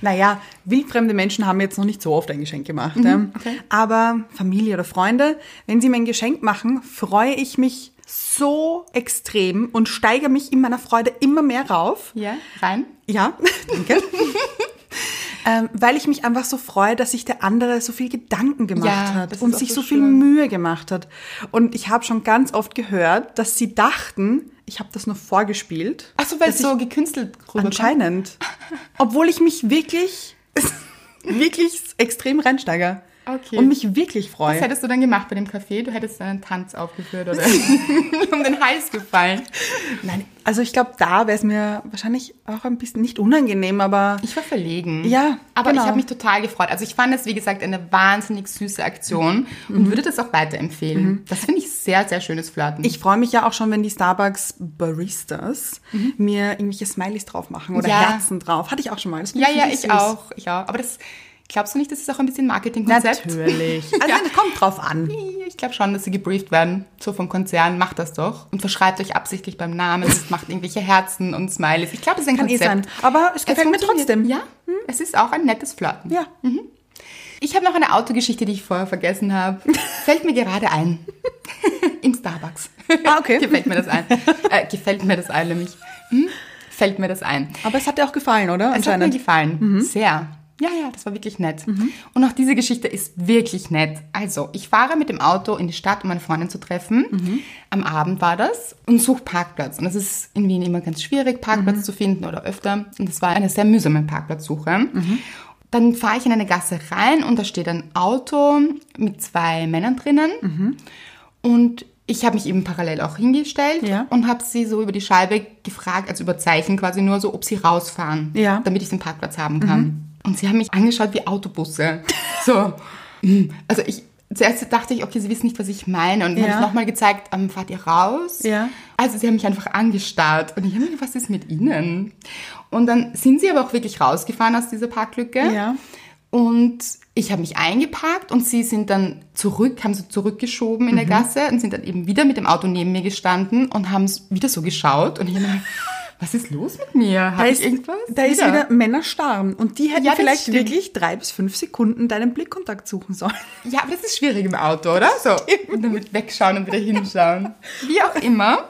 Speaker 2: Naja, wildfremde Menschen haben mir jetzt noch nicht so oft ein Geschenk gemacht.
Speaker 1: Mhm,
Speaker 2: ähm. Aber Familie oder Freunde, wenn sie mir ein Geschenk machen, freue ich mich so extrem und steigere mich in meiner Freude immer mehr rauf.
Speaker 1: [LAUGHS] Ja, rein.
Speaker 2: Ja, [LAUGHS] danke. ähm, weil ich mich einfach so freue, dass sich der andere so viel Gedanken gemacht
Speaker 1: Ja, das
Speaker 2: hat
Speaker 1: ist
Speaker 2: und
Speaker 1: auch
Speaker 2: sich so,
Speaker 1: so
Speaker 2: viel
Speaker 1: schön.
Speaker 2: Mühe gemacht hat. Und ich habe schon ganz oft gehört, dass sie dachten, ich habe das nur vorgespielt.
Speaker 1: Ach so, weil
Speaker 2: dass
Speaker 1: es so gekünstelt rüberkommt.
Speaker 2: Anscheinend. Obwohl ich
Speaker 1: [LAUGHS]
Speaker 2: mich wirklich, wirklich extrem reinsteige.
Speaker 1: Okay.
Speaker 2: Und mich wirklich freue.
Speaker 1: Was hättest du dann gemacht bei dem Café? Du hättest einen Tanz aufgeführt [LAUGHS] oder um den Hals gefallen.
Speaker 2: Nein, also ich glaube, da wäre es mir wahrscheinlich auch ein bisschen nicht unangenehm, aber
Speaker 1: Ich war verlegen.
Speaker 2: Ja,
Speaker 1: aber
Speaker 2: genau.
Speaker 1: ich habe mich total gefreut. Also ich fand es, wie gesagt, eine wahnsinnig süße Aktion
Speaker 2: Mhm.
Speaker 1: und würde das auch weiterempfehlen. Das finde ich sehr, sehr schönes Flirten.
Speaker 2: ich freue mich ja auch schon, wenn die Starbucks Baristas mir irgendwelche Smileys drauf machen oder
Speaker 1: Mhm. Ja.
Speaker 2: Herzen drauf. Hatte ich auch schon mal. Das finde
Speaker 1: ja, ja,
Speaker 2: richtig
Speaker 1: ich
Speaker 2: süß.
Speaker 1: auch, ich auch. Aber das glaubst du nicht, das ist auch ein bisschen Marketingkonzept? [LAUGHS]
Speaker 2: Natürlich. Also
Speaker 1: Ja.
Speaker 2: das kommt drauf an.
Speaker 1: Ich glaube schon, dass sie gebrieft werden. So vom Konzern, macht das doch. Und verschreibt euch absichtlich beim Namen. Es macht irgendwelche Herzen und Smileys. Ich glaube, es ist ein
Speaker 2: Kann eh
Speaker 1: Konzept.
Speaker 2: sein. Aber es gefällt mir
Speaker 1: funktioniert.
Speaker 2: trotzdem. Hm?
Speaker 1: Ja, es ist auch ein nettes Flirten.
Speaker 2: Ja.
Speaker 1: Ich habe noch eine Autogeschichte, die ich vorher vergessen habe. Fällt mir gerade ein. Im Starbucks.
Speaker 2: Ah,
Speaker 1: [LAUGHS]
Speaker 2: okay.
Speaker 1: gefällt mir das ein. Äh, gefällt mir das ein, nämlich. Hm? Fällt mir das ein.
Speaker 2: Aber es hat dir auch gefallen, oder?
Speaker 1: Es hat mir gefallen. Sehr. Ja, ja, das war wirklich nett. Und auch diese Geschichte ist wirklich nett. Also, ich fahre mit dem Auto in die Stadt, um meine Freundin zu treffen. Am Abend war das und suche Parkplatz. Und das ist in Wien immer ganz schwierig, Parkplatz zu finden oder öfter. Und das war eine sehr mühsame Parkplatzsuche. Dann fahre ich in eine Gasse rein und da steht ein Auto mit zwei Männern drinnen. Und ich habe mich eben parallel auch hingestellt
Speaker 2: Ja.
Speaker 1: und habe sie so über die Scheibe gefragt, also über Zeichen quasi nur so, ob sie rausfahren,
Speaker 2: Ja. Mhm.
Speaker 1: damit ich den Parkplatz haben kann. Und sie haben mich angeschaut wie
Speaker 2: [LAUGHS]
Speaker 1: Autobusse. So, hm, also ich, zuerst dachte ich, okay, sie wissen nicht, was ich meine. Und dann
Speaker 2: Ja.
Speaker 1: habe ich nochmal gezeigt, ähm, fahrt ihr raus?
Speaker 2: Ja.
Speaker 1: Also sie haben mich einfach angestarrt und ich habe mir gedacht, was ist mit ihnen? Und dann sind sie aber auch wirklich rausgefahren aus dieser Parklücke.
Speaker 2: Ja.
Speaker 1: Und ich habe mich eingeparkt und sie sind dann zurück, haben sie zurückgeschoben in
Speaker 2: Mhm.
Speaker 1: der Gasse und sind dann eben wieder mit dem Auto neben mir gestanden und haben s- wieder so geschaut. Und ich habe mir gedacht, was ist los mit mir?
Speaker 2: Da
Speaker 1: Habe
Speaker 2: ist,
Speaker 1: ich irgendwas?
Speaker 2: da ist wieder Männer starren und die hätten
Speaker 1: Ja, das
Speaker 2: vielleicht
Speaker 1: stimmt.
Speaker 2: wirklich drei bis fünf Sekunden deinen Blickkontakt suchen sollen.
Speaker 1: Ja, aber das ist schwierig im Auto, oder? So, und dann mit wegschauen und wieder hinschauen. [LAUGHS] Wie auch immer.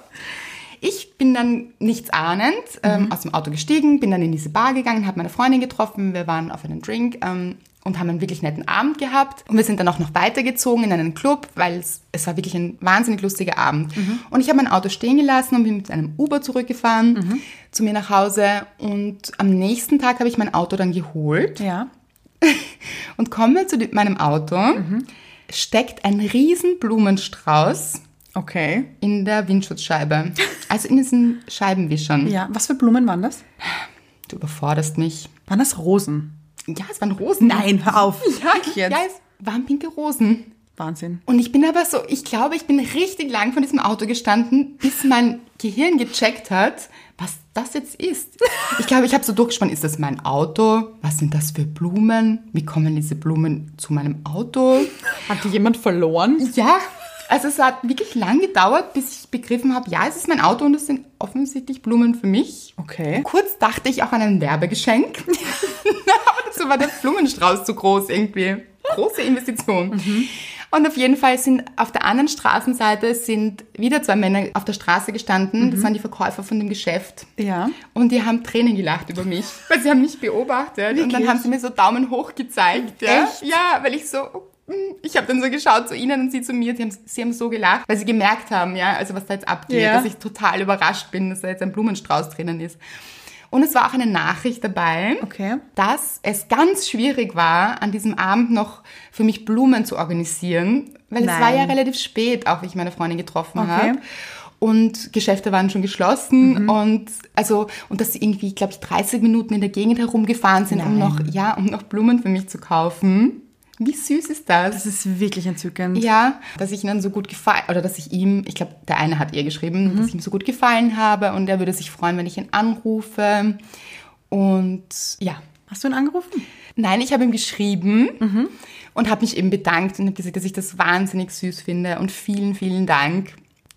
Speaker 1: Ich bin dann nichts ahnend ähm, aus dem Auto gestiegen, bin dann in diese Bar gegangen, habe meine Freundin getroffen, wir waren auf einen Drink ähm, und haben einen wirklich netten Abend gehabt. Und wir sind dann auch noch weitergezogen in einen Club, weil es, es war wirklich ein wahnsinnig lustiger Abend. Und ich habe mein Auto stehen gelassen und bin mit einem Uber zurückgefahren zu mir nach Hause. Und am nächsten Tag habe ich mein Auto dann geholt
Speaker 2: Ja. Mhm.
Speaker 1: und komme zu de- meinem Auto steckt ein riesen Blumenstrauß
Speaker 2: Okay.
Speaker 1: in der
Speaker 2: [LAUGHS]
Speaker 1: Windschutzscheibe. Also in diesen Scheibenwischern.
Speaker 2: Ja, was für Blumen waren das?
Speaker 1: Du überforderst mich.
Speaker 2: Waren das Rosen?
Speaker 1: Ja, es waren Rosen.
Speaker 2: hör auf.
Speaker 1: Ja,
Speaker 2: Sag ich jetzt.
Speaker 1: ja, es waren pinke Rosen.
Speaker 2: Wahnsinn.
Speaker 1: Und ich bin aber so, ich glaube, ich bin richtig lang von diesem Auto gestanden, bis mein Gehirn gecheckt hat, was das jetzt
Speaker 2: [LAUGHS]
Speaker 1: ist. Ich glaube, ich habe so durchgespannt, ist das mein Auto? Was sind das für Blumen? Wie kommen diese Blumen zu meinem Auto?
Speaker 2: Hat die jemand verloren?
Speaker 1: Ja, also es hat wirklich lang gedauert, bis ich begriffen habe, ja, es ist mein Auto und es sind offensichtlich Blumen für mich.
Speaker 2: Okay.
Speaker 1: Kurz dachte ich auch an ein Werbegeschenk. [LAUGHS] Aber dazu war der Blumenstrauß zu groß irgendwie. Große Investition.
Speaker 2: Mhm.
Speaker 1: Und auf jeden Fall sind auf der anderen Straßenseite sind wieder zwei Männer auf der Straße gestanden. Das waren die Verkäufer von dem Geschäft.
Speaker 2: Mhm. Ja.
Speaker 1: Und die haben Tränen gelacht über mich, weil sie haben mich beobachtet. Und dann
Speaker 2: Wirklich?
Speaker 1: haben sie mir so Daumen hoch gezeigt. Ja,
Speaker 2: Echt?
Speaker 1: ja weil ich so... mm, Ich habe dann so geschaut zu ihnen und sie zu mir. Die haben, sie haben so gelacht, weil sie gemerkt haben, ja, also was da jetzt abgeht,
Speaker 2: Ja.
Speaker 1: dass ich total überrascht bin, dass da jetzt ein Blumenstrauß drinnen ist. Und es war auch eine Nachricht dabei,
Speaker 2: Okay.
Speaker 1: dass es ganz schwierig war, an diesem Abend noch für mich Blumen zu organisieren, weil es
Speaker 2: Nein.
Speaker 1: war ja relativ spät, auch wie ich meine Freundin getroffen
Speaker 2: Okay. Mhm.
Speaker 1: habe. Und Geschäfte waren schon geschlossen und also und dass sie irgendwie, glaube ich, 30 Minuten in der Gegend herumgefahren sind, um noch ja, um noch Blumen für mich zu kaufen. Wie süß ist das?
Speaker 2: Das ist wirklich entzückend.
Speaker 1: Ja, dass ich ihnen so gut gefallen, oder dass ich ihm, ich glaube, der eine hat ihr geschrieben,
Speaker 2: Mhm.
Speaker 1: dass ich ihm so gut gefallen habe und er würde sich freuen, wenn ich ihn anrufe. Und ja,
Speaker 2: Hast du ihn angerufen?
Speaker 1: nein, ich habe ihm geschrieben und habe mich eben bedankt und habe gesagt, dass ich das wahnsinnig süß finde und vielen, vielen Dank.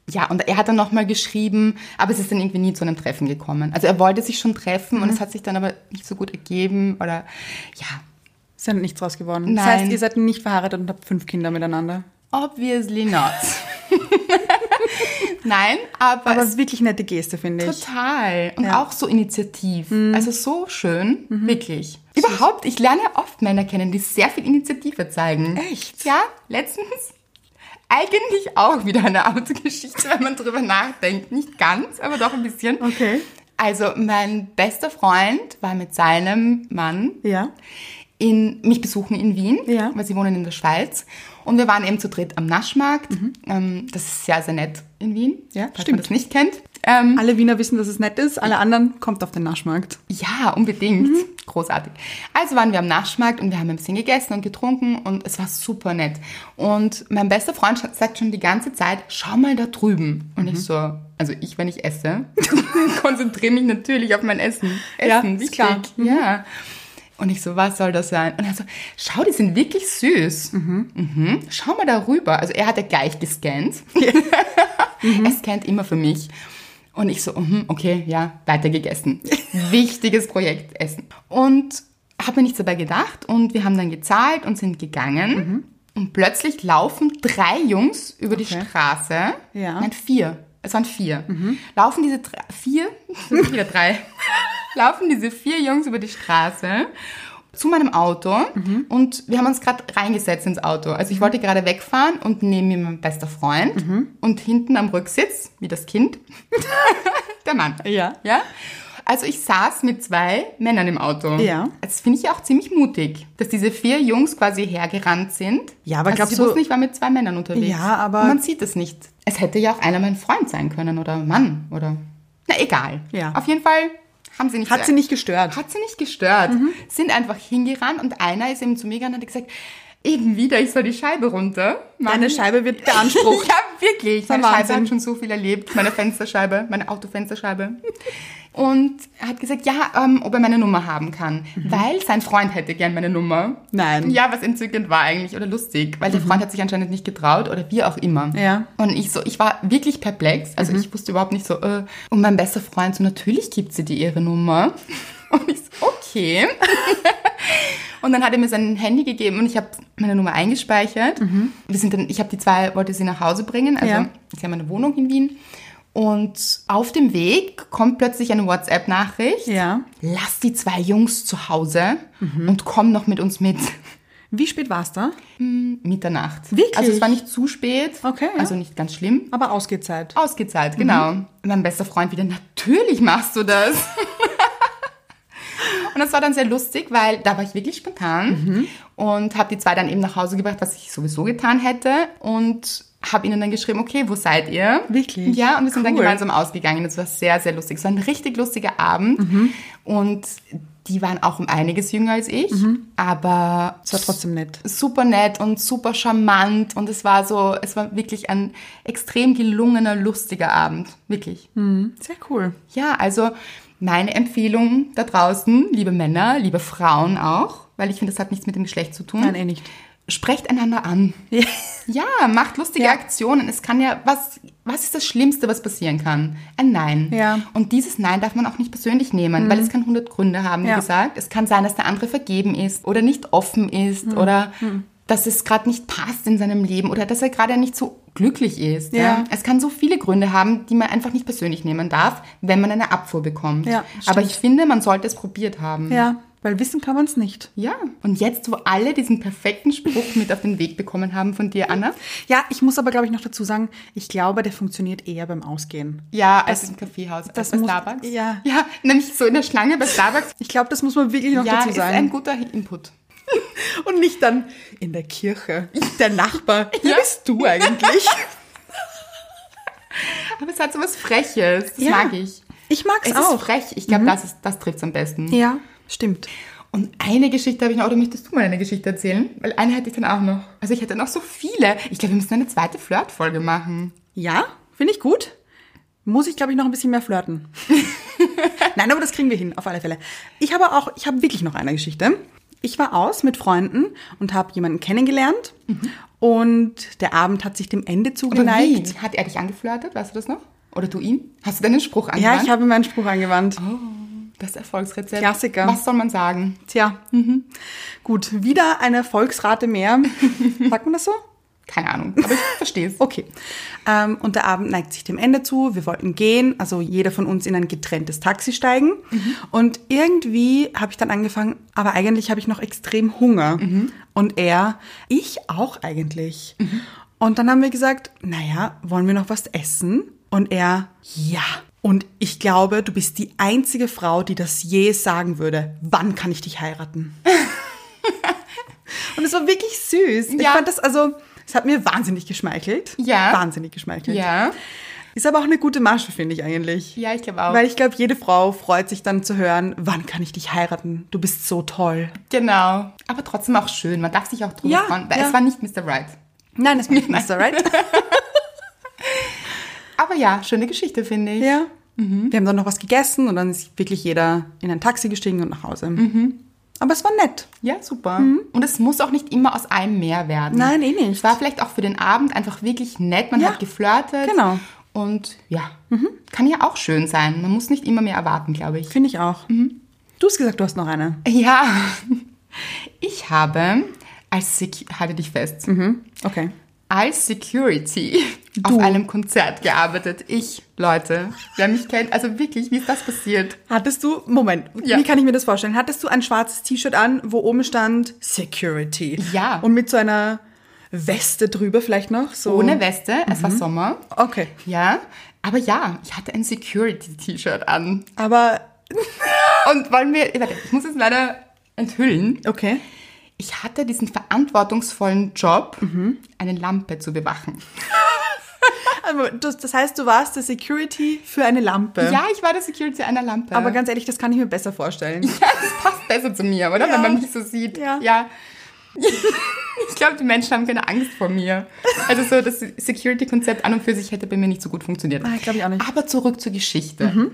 Speaker 1: Ja, und er hat dann nochmal geschrieben, aber es ist dann irgendwie nie zu einem Treffen gekommen. Also er wollte sich schon treffen und es hat sich dann aber nicht so gut ergeben oder ja,
Speaker 2: Ist ja nichts draus geworden. Das
Speaker 1: Nein.
Speaker 2: heißt, ihr seid nicht verheiratet und habt fünf Kinder miteinander.
Speaker 1: obviously not. [LAUGHS] nein, aber,
Speaker 2: Aber
Speaker 1: es
Speaker 2: es ist wirklich eine nette Geste, finde ich.
Speaker 1: Total. Und
Speaker 2: Ja. Mhm.
Speaker 1: auch so initiativ. Also so schön, wirklich. Überhaupt, ich lerne oft Männer kennen, die sehr viel Initiative zeigen.
Speaker 2: Echt?
Speaker 1: Ja, letztens. Eigentlich auch wieder eine arme Geschichte, wenn man drüber nachdenkt. Nicht ganz, aber doch ein bisschen.
Speaker 2: Okay.
Speaker 1: Also, mein bester Freund war mit seinem Mann
Speaker 2: Ja.
Speaker 1: in, mich besuchen in Wien,
Speaker 2: Ja.
Speaker 1: weil sie wohnen in der Schweiz. Und wir waren eben zu dritt am Naschmarkt. Ähm, das ist sehr, sehr nett in Wien,
Speaker 2: Ja,
Speaker 1: falls man
Speaker 2: Mhm. stimmt.
Speaker 1: das nicht kennt. Ähm,
Speaker 2: Alle Wiener wissen, dass es nett ist. Alle anderen kommt auf den Naschmarkt.
Speaker 1: Ja, unbedingt.
Speaker 2: Mhm.
Speaker 1: Großartig. Also waren wir am Naschmarkt und wir haben ein bisschen gegessen und getrunken und es war super nett. Und mein bester Freund scha- sagt schon die ganze Zeit, schau mal da drüben. Und
Speaker 2: Mhm.
Speaker 1: ich so, also ich, wenn ich esse, [LAUGHS] konzentriere mich natürlich auf mein Essen.
Speaker 2: Ja,
Speaker 1: Essen,
Speaker 2: ist
Speaker 1: wichtig.
Speaker 2: klar. Mhm.
Speaker 1: Ja. Und ich so, was soll das sein? Und er so, schau, die sind wirklich süß. Mhm. Schau mal da rüber. Also er hat ja gleich gescannt. Er scannt immer für mich. Und ich so, mhm, okay, ja, weiter gegessen. Wichtiges Projekt, Essen. Und habe mir nichts dabei gedacht und wir haben dann gezahlt und sind gegangen. Und plötzlich laufen drei Jungs über die Straße.
Speaker 2: Ja.
Speaker 1: Nein, vier. Es waren vier. Laufen diese drei, vier, sind wieder drei. laufen diese vier Jungs über die Straße zu meinem Auto
Speaker 2: Mhm.
Speaker 1: und wir haben uns gerade reingesetzt ins Auto. Also ich wollte gerade wegfahren und neben mir mein bester Freund
Speaker 2: Mhm.
Speaker 1: und hinten am Rücksitz, wie das Kind, [LAUGHS] der Mann.
Speaker 2: Ja.
Speaker 1: Ja? Also ich saß mit zwei Männern im Auto.
Speaker 2: Ja.
Speaker 1: Das finde ich ja auch ziemlich mutig, dass diese vier Jungs quasi hergerannt sind.
Speaker 2: Ja, aber
Speaker 1: also
Speaker 2: glaubst
Speaker 1: sie
Speaker 2: du-
Speaker 1: wussten, ich war mit zwei Männern unterwegs.
Speaker 2: Ja, aber-
Speaker 1: Und man sieht es nicht. Es hätte ja auch einer mein Freund sein können oder Mann oder... Na, egal.
Speaker 2: Ja.
Speaker 1: Auf jeden Fall haben sie nicht...
Speaker 2: Hat sie nicht gestört. Mhm.
Speaker 1: Hat sie nicht gestört. Sind einfach hingerannt und einer ist eben zu mir gerannt und hat gesagt, eben wieder, ich soll die Scheibe runter. machen."
Speaker 2: Deine Scheibe wird
Speaker 1: [LAUGHS]
Speaker 2: beansprucht.
Speaker 1: ja, wirklich. Meine
Speaker 2: Wahnsinn.
Speaker 1: Scheibe hat schon so viel erlebt. Meine Fensterscheibe, meine Autofensterscheibe. Und er hat gesagt, ja, ähm, ob er meine Nummer haben kann. Weil sein Freund hätte gern meine Nummer.
Speaker 2: Mhm. Nein. Mhm.
Speaker 1: Ja, was entzückend war eigentlich oder lustig. Weil der Freund hat sich anscheinend nicht getraut oder wie auch immer.
Speaker 2: Ja. Mhm.
Speaker 1: Und ich so, ich war wirklich perplex. Also ich wusste überhaupt nicht so, äh, und mein bester Freund so, natürlich gibt sie dir ihre Nummer. [LAUGHS] Und ich so, okay. Und dann hat er mir sein Handy gegeben und ich habe meine Nummer eingespeichert. Wir sind dann, ich habe die zwei, wollte sie nach Hause bringen. Also
Speaker 2: Mhm. Ja.
Speaker 1: ich habe meine Wohnung in Wien. Und auf dem Weg kommt plötzlich eine WhatsApp-Nachricht.
Speaker 2: Ja. Mhm.
Speaker 1: Lass die zwei Jungs zu Hause und komm noch mit uns mit. [LAUGHS]
Speaker 2: Wie spät war es da?
Speaker 1: Mitternacht.
Speaker 2: Wirklich?
Speaker 1: Also es war nicht zu spät.
Speaker 2: Okay, ja.
Speaker 1: Also nicht ganz schlimm.
Speaker 2: Aber ausgezahlt. Mhm.
Speaker 1: Ausgezahlt,
Speaker 2: [LAUGHS]
Speaker 1: genau. Mein bester Freund wieder, natürlich machst du das. Und Und das war dann sehr lustig, weil da war ich wirklich spontan
Speaker 2: Mhm.
Speaker 1: und habe die zwei dann eben nach Hause gebracht, was ich sowieso getan hätte. Und habe ihnen dann geschrieben, okay, wo seid ihr?
Speaker 2: Wirklich?
Speaker 1: Ja, und wir sind dann
Speaker 2: Cool.
Speaker 1: gemeinsam ausgegangen. Das war sehr, sehr lustig. Es war ein richtig lustiger Abend.
Speaker 2: Mhm.
Speaker 1: Und die waren auch um einiges jünger als ich, aber
Speaker 2: Das Mhm. war trotzdem nett.
Speaker 1: super nett und super charmant und es war so, es war wirklich ein extrem gelungener, lustiger Abend. Wirklich.
Speaker 2: Sehr cool.
Speaker 1: Ja, also meine Empfehlung da draußen, liebe Männer, liebe Frauen auch, weil ich finde, das hat nichts mit dem Geschlecht zu tun.
Speaker 2: Nein, eh nicht.
Speaker 1: Sprecht einander an.
Speaker 2: Ja.
Speaker 1: Ja, macht lustige
Speaker 2: Ja.
Speaker 1: Aktionen. Es kann ja, was, was ist das Schlimmste, was passieren kann? Ein Nein.
Speaker 2: Ja. Mhm.
Speaker 1: Und dieses Nein darf man auch nicht persönlich nehmen, weil es kann 100 Gründe haben, wie
Speaker 2: Ja.
Speaker 1: gesagt. Es kann sein, dass der andere vergeben ist oder nicht offen ist
Speaker 2: Mhm.
Speaker 1: oder dass es gerade nicht passt in seinem Leben oder dass er gerade nicht so glücklich ist. Ja.
Speaker 2: Ja.
Speaker 1: Es kann so viele Gründe haben, die man einfach nicht persönlich nehmen darf, wenn man eine Abfuhr bekommt.
Speaker 2: Ja,
Speaker 1: Aber
Speaker 2: stimmt.
Speaker 1: ich finde, man sollte es probiert haben.
Speaker 2: Ja, weil wissen kann man es nicht.
Speaker 1: Ja, und jetzt, wo alle diesen perfekten Spruch mit auf den Weg bekommen haben von dir, Anna,
Speaker 2: Ja, ich muss aber, glaube ich, noch dazu sagen, ich glaube, der funktioniert eher beim Ausgehen.
Speaker 1: Ja, als im Kaffeehaus, als
Speaker 2: das
Speaker 1: bei
Speaker 2: muss-
Speaker 1: Starbucks.
Speaker 2: ja.
Speaker 1: ja, nämlich so in der Schlange bei Starbucks.
Speaker 2: Ich glaube, das muss man wirklich noch
Speaker 1: Ja,
Speaker 2: dazu
Speaker 1: ist ein
Speaker 2: sagen.
Speaker 1: guter Input.
Speaker 2: Und nicht dann in der Kirche. Der Nachbar. Wer bist du eigentlich?
Speaker 1: Aber es hat so was Freches, das
Speaker 2: Ja.
Speaker 1: mag ich.
Speaker 2: Ich mag's
Speaker 1: Es ist
Speaker 2: auch. Mhm.
Speaker 1: frech, ich glaube, das, ist- das trifft es am besten.
Speaker 2: Ja, stimmt.
Speaker 1: Und eine Geschichte habe ich noch, oder möchtest du mal eine Geschichte erzählen? Weil eine hätte ich dann auch noch. Also ich hätte noch so viele. Ich glaube, wir müssen eine zweite Flirt-Folge machen.
Speaker 2: Ja, finde ich gut. Muss ich, glaube ich, noch ein bisschen mehr flirten. [LAUGHS] Nein, aber das kriegen wir hin, auf alle Fälle. Ich habe auch, ich habe wirklich noch eine Geschichte. Ich war aus mit Freunden und habe jemanden kennengelernt und der Abend hat sich dem Ende
Speaker 1: Mhm. Aber
Speaker 2: zugeneigt.
Speaker 1: wie? Hat er dich angeflirtet? Weißt du das noch? Oder du ihn? Hast du deinen Spruch angewandt?
Speaker 2: Ja, ich habe meinen Spruch angewandt.
Speaker 1: Oh. Das Erfolgsrezept.
Speaker 2: Klassiker.
Speaker 1: Was soll man sagen?
Speaker 2: Tja, mhm. gut, wieder eine
Speaker 1: [LAUGHS]
Speaker 2: Erfolgsrate mehr. Sagt man das so?
Speaker 1: Keine Ahnung, aber ich verstehe es.
Speaker 2: [LAUGHS] Okay. Ähm, und der Abend neigt sich dem Ende zu. Wir wollten gehen, also jeder von uns in ein getrenntes Taxi steigen. Und irgendwie habe ich dann angefangen, aber eigentlich habe ich noch extrem Hunger. Und er, ich auch eigentlich. Und dann haben wir gesagt, naja, wollen wir noch was essen? Und er, ja. Und ich glaube, du bist die einzige Frau, die das je sagen würde. Wann kann ich dich heiraten? [LAUGHS] Und es war wirklich süß. Ich
Speaker 1: Ja.
Speaker 2: fand das also, es hat mir wahnsinnig geschmeichelt.
Speaker 1: Ja.
Speaker 2: Wahnsinnig geschmeichelt.
Speaker 1: Ja.
Speaker 2: Ist aber auch eine gute Masche, finde ich eigentlich.
Speaker 1: Ja, ich glaube auch.
Speaker 2: Weil ich glaube, jede Frau freut sich dann zu hören, wann kann ich dich heiraten? Du bist so toll.
Speaker 1: Genau. Aber trotzdem auch schön. Man darf sich auch drüber
Speaker 2: Ja,
Speaker 1: freuen, weil
Speaker 2: ja.
Speaker 1: es war nicht Mr. Right.
Speaker 2: Nein, das macht nicht right?
Speaker 1: [LAUGHS] Aber ja, schöne Geschichte, finde ich.
Speaker 2: Ja.
Speaker 1: Mhm.
Speaker 2: Wir haben dann noch was gegessen und dann ist wirklich jeder in ein Taxi gestiegen und nach Hause.
Speaker 1: Mhm.
Speaker 2: Aber es war nett.
Speaker 1: Ja, super. Und es muss auch nicht immer aus einem mehr werden.
Speaker 2: Mhm. Nein, eh nicht.
Speaker 1: Es war vielleicht auch für den Abend einfach wirklich nett. Man
Speaker 2: Ja,
Speaker 1: hat geflirtet.
Speaker 2: genau. Mhm.
Speaker 1: Und ja, kann ja auch schön sein. Man muss nicht immer mehr erwarten, glaube ich.
Speaker 2: Finde ich auch.
Speaker 1: Mhm.
Speaker 2: Du hast gesagt, du hast noch eine.
Speaker 1: Ja. [LAUGHS] Ich habe als Sec- halte dich fest,
Speaker 2: Mhm. Okay.
Speaker 1: als Security auf einem Konzert gearbeitet. Ich, Leute, wer mich kennt, also wirklich, wie ist das passiert?
Speaker 2: Hattest du, Moment,
Speaker 1: Ja.
Speaker 2: wie kann ich mir das vorstellen? Hattest du ein schwarzes T-Shirt an, wo oben stand Security?
Speaker 1: Ja.
Speaker 2: Und mit so einer Weste drüber vielleicht noch? So.
Speaker 1: Ohne Weste, es
Speaker 2: Mhm.
Speaker 1: war Sommer.
Speaker 2: Okay.
Speaker 1: Ja, aber ja, ich hatte ein Security-T-Shirt an.
Speaker 2: Aber,
Speaker 1: Und wollen wir, warte, ich muss es leider enthüllen.
Speaker 2: okay.
Speaker 1: Ich hatte diesen verantwortungsvollen Job, eine Lampe zu bewachen.
Speaker 2: Aber Also, das, das heißt, du warst der Security für eine Lampe.
Speaker 1: Ja, ich war der Security einer Lampe.
Speaker 2: Aber ganz ehrlich, das kann ich mir besser vorstellen.
Speaker 1: ja, das passt besser zu mir, oder?
Speaker 2: Ja.
Speaker 1: Wenn man mich so sieht.
Speaker 2: Ja.
Speaker 1: ja. [LAUGHS] Ich glaube, die Menschen haben keine Angst vor mir. Also so das Security-Konzept an und für sich hätte bei mir nicht so gut funktioniert.
Speaker 2: Ah, glaub ich auch nicht. Mhm.
Speaker 1: Aber zurück zur Geschichte.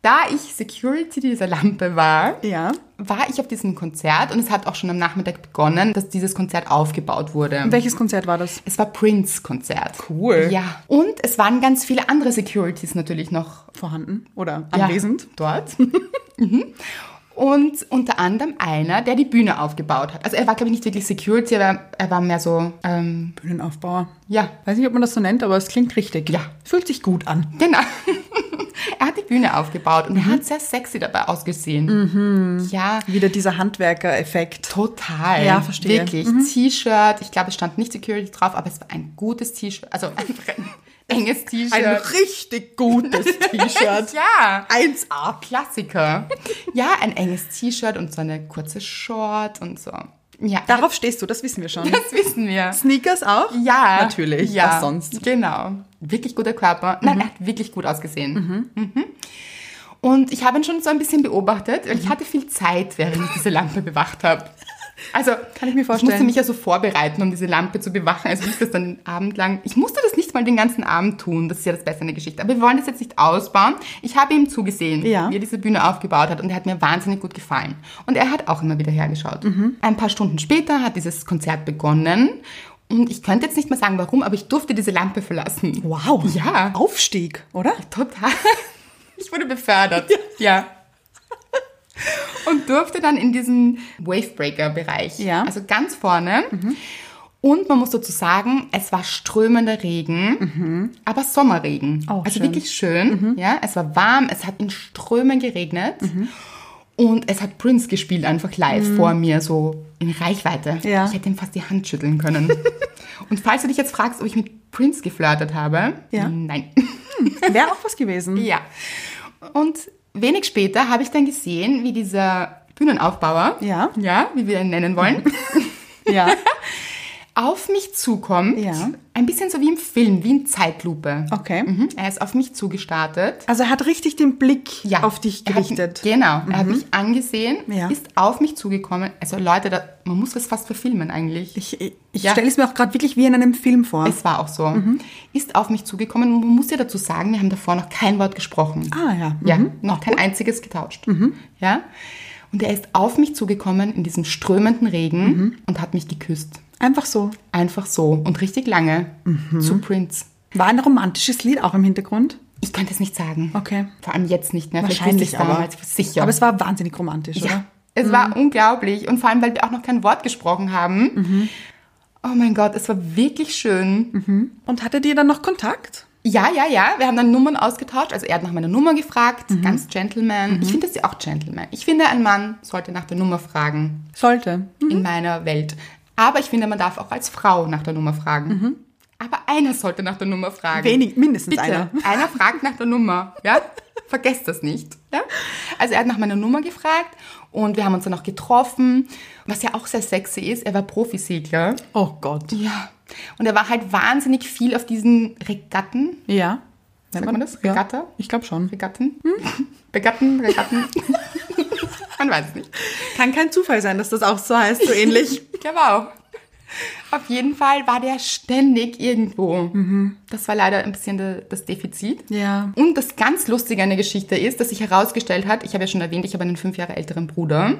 Speaker 1: Da ich Security dieser Lampe war,
Speaker 2: Ja.
Speaker 1: war ich auf diesem Konzert und es hat auch schon am Nachmittag begonnen, dass dieses Konzert aufgebaut wurde.
Speaker 2: Welches Konzert war das?
Speaker 1: Es war Prince-Konzert.
Speaker 2: Cool.
Speaker 1: Ja. Und es waren ganz viele andere Securities natürlich noch
Speaker 2: Vorhanden oder
Speaker 1: ja,
Speaker 2: anwesend?
Speaker 1: dort. [LAUGHS] Mhm. Und unter anderem einer, der die Bühne aufgebaut hat. Also er war, glaube ich, nicht wirklich Security, aber er war mehr so, ähm,
Speaker 2: Bühnenaufbauer.
Speaker 1: ja,
Speaker 2: Weiß nicht, ob man das so nennt, aber es klingt richtig.
Speaker 1: Ja.
Speaker 2: Fühlt sich gut an.
Speaker 1: genau. [LAUGHS] er hat die Bühne aufgebaut und er
Speaker 2: Mhm.
Speaker 1: hat sehr sexy dabei ausgesehen. Ja,
Speaker 2: Wieder dieser Handwerker-Effekt.
Speaker 1: total.
Speaker 2: Mhm. Ja, verstehe. Mhm.
Speaker 1: Wirklich. T-Shirt, ich glaube, es stand nicht Security drauf, aber es war ein [LAUGHS] gutes T-Shirt. Also einfach ein enges T-Shirt.
Speaker 2: Ein richtig [LAUGHS] gutes T-Shirt.
Speaker 1: ja.
Speaker 2: 1A. [LAUGHS]
Speaker 1: Klassiker. ja, ein enges T-Shirt und so eine kurze Short und so. Ja,
Speaker 2: Darauf stehst du, das wissen wir [LAUGHS]
Speaker 1: [LAUGHS]
Speaker 2: schon.
Speaker 1: das wissen wir.
Speaker 2: Sneakers auch?
Speaker 1: Ja.
Speaker 2: Natürlich,
Speaker 1: Ja.
Speaker 2: was sonst? Mhm.
Speaker 1: Genau. Wirklich guter Körper. Nein, er hat wirklich gut ausgesehen. Mhm. Und ich habe ihn schon so ein bisschen beobachtet,
Speaker 2: Mhm.
Speaker 1: weil ich hatte viel Zeit, während ich diese Lampe bewacht habe.
Speaker 2: [LAUGHS]
Speaker 1: Also, kann
Speaker 2: ich mir
Speaker 1: Ich musste
Speaker 2: vorstellen.
Speaker 1: mich ja so vorbereiten, um diese Lampe zu bewachen. Also, ich das dann abendlang. Ich musste das nicht mal den ganzen Abend tun. Das ist ja das Beste an der Geschichte. Aber wir wollen das jetzt nicht ausbauen. Ich habe ihm zugesehen,
Speaker 2: Ja.
Speaker 1: wie er diese Bühne aufgebaut hat. Und er hat mir wahnsinnig gut gefallen. Und er hat auch immer wieder hergeschaut. Ein paar Stunden später hat dieses Konzert begonnen. Und ich könnte jetzt nicht mehr sagen, warum, aber ich durfte diese Lampe verlassen.
Speaker 2: Wow.
Speaker 1: Ja.
Speaker 2: Aufstieg, oder?
Speaker 1: Total. [LAUGHS] Ich wurde befördert. Ja. Und durfte dann in diesen Wavebreaker-Bereich.
Speaker 2: Ja.
Speaker 1: Also ganz vorne. Und man muss dazu sagen, es war strömender Regen, aber Sommerregen.
Speaker 2: Auch
Speaker 1: also
Speaker 2: schön.
Speaker 1: wirklich schön. Ja, es war warm, es hat in Strömen geregnet. Und es hat Prince gespielt, einfach live vor mir, so in Reichweite.
Speaker 2: Mhm. Ja.
Speaker 1: Ich hätte ihm fast die Hand schütteln können.
Speaker 2: [LAUGHS]
Speaker 1: und falls du dich jetzt fragst, ob ich mit Prince geflirtet habe,
Speaker 2: Ja.
Speaker 1: nein.
Speaker 2: Wäre auch was gewesen.
Speaker 1: Ja. Und wenig später habe ich dann gesehen, wie dieser Bühnenaufbauer,
Speaker 2: Ja.
Speaker 1: ja wie wir ihn nennen wollen,
Speaker 2: [LAUGHS] Ja.
Speaker 1: [LAUGHS] auf mich zukommt.
Speaker 2: Ja.
Speaker 1: Ein bisschen so wie im Film, wie in Zeitlupe.
Speaker 2: Okay.
Speaker 1: Mhm. Er ist auf mich zugestartet.
Speaker 2: Also er hat richtig den Blick
Speaker 1: Ja.
Speaker 2: auf dich
Speaker 1: Er hat-
Speaker 2: gerichtet. Mhm.
Speaker 1: Genau. Er hat mich angesehen,
Speaker 2: Ja.
Speaker 1: ist auf mich zugekommen. Also Leute, da, man muss das fast verfilmen eigentlich.
Speaker 2: Ich, ich
Speaker 1: Ja.
Speaker 2: stelle es mir auch gerade wirklich wie in einem Film vor.
Speaker 1: es war auch so.
Speaker 2: Mhm.
Speaker 1: Ist auf mich zugekommen. Und man muss ja dazu sagen, wir haben davor noch kein Wort gesprochen.
Speaker 2: ah ja.
Speaker 1: Ja, noch kein einziges getauscht.
Speaker 2: Mhm.
Speaker 1: Ja. Und er ist auf mich zugekommen in diesem strömenden Regen
Speaker 2: Mhm.
Speaker 1: und hat mich geküsst.
Speaker 2: Einfach so.
Speaker 1: Einfach so und richtig lange
Speaker 2: Mhm.
Speaker 1: zu Prince.
Speaker 2: War ein romantisches Lied auch im Hintergrund?
Speaker 1: Ich könnte es nicht sagen.
Speaker 2: Okay.
Speaker 1: Vor allem jetzt nicht mehr. Vielleicht
Speaker 2: Wahrscheinlich
Speaker 1: wusste ich's
Speaker 2: aber.
Speaker 1: damals sicher.
Speaker 2: Aber es war wahnsinnig romantisch,
Speaker 1: ja.
Speaker 2: oder? Mhm.
Speaker 1: Es war unglaublich und vor allem, weil wir auch noch kein Wort gesprochen haben.
Speaker 2: Mhm.
Speaker 1: Oh mein Gott, es war wirklich schön.
Speaker 2: Und hattet ihr dann noch Kontakt?
Speaker 1: Ja, ja, ja. Wir haben dann Nummern ausgetauscht. Also er hat nach meiner Nummer gefragt. Ganz Gentleman. Ich finde das ja auch Gentleman. Ich finde, ein Mann sollte nach der Nummer fragen.
Speaker 2: Sollte.
Speaker 1: in meiner Welt. Aber ich finde, man darf auch als Frau nach der Nummer fragen. Aber einer sollte nach der Nummer fragen.
Speaker 2: Wenig, mindestens
Speaker 1: Bitte,
Speaker 2: einer.
Speaker 1: einer fragt nach der Nummer, ja? Vergesst das nicht, ja? Also er hat nach meiner Nummer gefragt und wir haben uns dann auch getroffen, was ja auch sehr sexy ist. Er war Profisegler.
Speaker 2: Oh Gott.
Speaker 1: Ja. Und er war halt wahnsinnig viel auf diesen Regatten.
Speaker 2: Ja.
Speaker 1: Sagt man das?
Speaker 2: Ja.
Speaker 1: Regatta?
Speaker 2: Ich glaube schon.
Speaker 1: Regatten? Regatten,
Speaker 2: [LAUGHS]
Speaker 1: Regatten. man weiß es nicht.
Speaker 2: Kann kein Zufall sein, dass das auch so heißt, so ähnlich.
Speaker 1: Ich glaube auch. Auf jeden Fall war der ständig irgendwo. Das war leider ein bisschen de- das Defizit.
Speaker 2: Mhm. ja.
Speaker 1: Und das ganz Lustige an der Geschichte ist, dass sich herausgestellt hat, ich habe ja schon erwähnt, ich habe einen fünf Jahre älteren Bruder.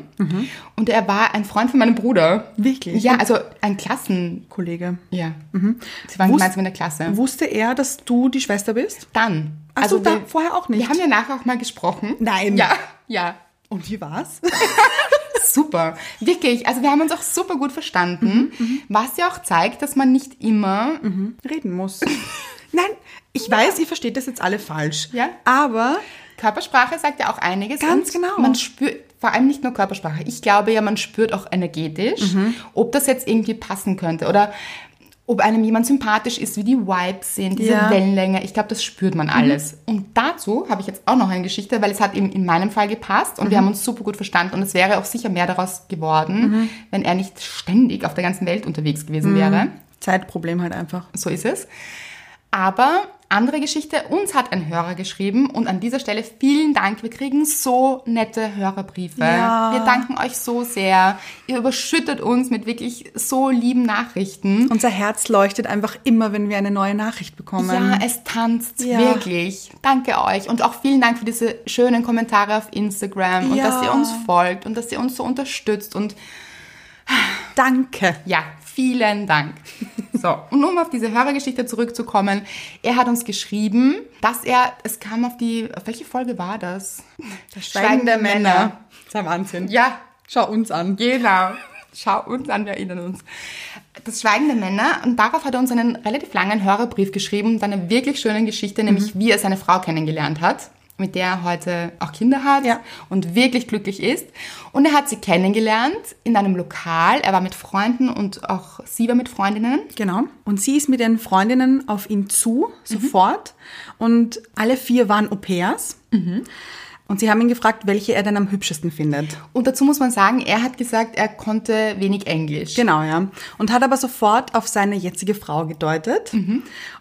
Speaker 1: Und er war ein Freund von meinem Bruder.
Speaker 2: Mhm. Wirklich?
Speaker 1: Ja, also ein Klassen...
Speaker 2: [LAUGHS] Kollege.
Speaker 1: Ja. Sie waren
Speaker 2: Wus-
Speaker 1: gemeinsam in der Klasse.
Speaker 2: Wusste er, dass du die Schwester bist?
Speaker 1: Dann. Also
Speaker 2: Ach so, da-
Speaker 1: wir-
Speaker 2: vorher auch nicht.
Speaker 1: Wir haben ja nachher auch mal gesprochen.
Speaker 2: Nein.
Speaker 1: Ja, ja.
Speaker 2: Und wie war's?
Speaker 1: Super, wirklich. Also wir haben uns auch super gut verstanden,
Speaker 2: Mhm,
Speaker 1: was ja auch zeigt, dass man nicht immer
Speaker 2: Reden muss. [LAUGHS] Nein, ich weiß, ihr versteht das jetzt alle falsch.
Speaker 1: Ja.
Speaker 2: Aber
Speaker 1: Körpersprache sagt ja auch einiges.
Speaker 2: Ganz
Speaker 1: und
Speaker 2: genau.
Speaker 1: Man spürt vor allem nicht nur Körpersprache. Ich glaube ja, man spürt auch energetisch,
Speaker 2: Mhm.
Speaker 1: ob das jetzt irgendwie passen könnte oder ob einem jemand sympathisch ist, wie die Vibes sind, diese
Speaker 2: Ja. Mhm.
Speaker 1: Wellenlänge. Ich glaube, das spürt man alles. Und dazu habe ich jetzt auch noch eine Geschichte, weil es hat eben in meinem Fall gepasst und wir
Speaker 2: Mhm.
Speaker 1: haben uns super gut verstanden und es wäre auch sicher mehr daraus geworden,
Speaker 2: Mhm.
Speaker 1: wenn er nicht ständig auf der ganzen Welt unterwegs gewesen wäre.
Speaker 2: Zeitproblem halt einfach.
Speaker 1: So ist es. Aber andere Geschichte, uns hat ein Hörer geschrieben und an dieser Stelle vielen Dank. Wir kriegen so nette Hörerbriefe.
Speaker 2: Ja.
Speaker 1: Wir danken euch so sehr. Ihr überschüttet uns mit wirklich so lieben Nachrichten.
Speaker 2: Unser Herz leuchtet einfach immer, wenn wir eine neue Nachricht bekommen.
Speaker 1: Ja, äh, es tanzt
Speaker 2: Oh Ja.
Speaker 1: wirklich. Danke euch und auch vielen Dank für diese schönen Kommentare auf Instagram und
Speaker 2: Ja.
Speaker 1: dass ihr uns folgt und dass ihr uns so unterstützt und
Speaker 2: Danke.
Speaker 1: Ja, vielen Dank. So, und um auf diese Hörergeschichte zurückzukommen, er hat uns geschrieben, dass er, es kam auf die, auf welche Folge war das? Das
Speaker 2: Schweigen der Männer. Das ist ein Wahnsinn.
Speaker 1: Ja,
Speaker 2: Schau uns an.
Speaker 1: genau. Schau uns an, wir erinnern uns. Das Schweigen der Männer. Und darauf hat er uns einen relativ langen Hörerbrief geschrieben und eine wirklich schöne Geschichte, nämlich wie er seine Frau kennengelernt hat. mit der er heute auch Kinder hat
Speaker 2: Ja.
Speaker 1: und wirklich glücklich ist. Und er hat sie kennengelernt in einem Lokal. Er war mit Freunden und auch sie war mit Freundinnen.
Speaker 2: Genau. Und sie ist mit ihren Freundinnen auf ihn zu, sofort. Und alle vier waren Au-pairs. Und sie haben ihn gefragt, welche er denn am hübschesten findet.
Speaker 1: Und dazu muss man sagen, er hat gesagt, er konnte wenig Englisch.
Speaker 2: Genau, ja. Und hat aber sofort auf seine jetzige Frau gedeutet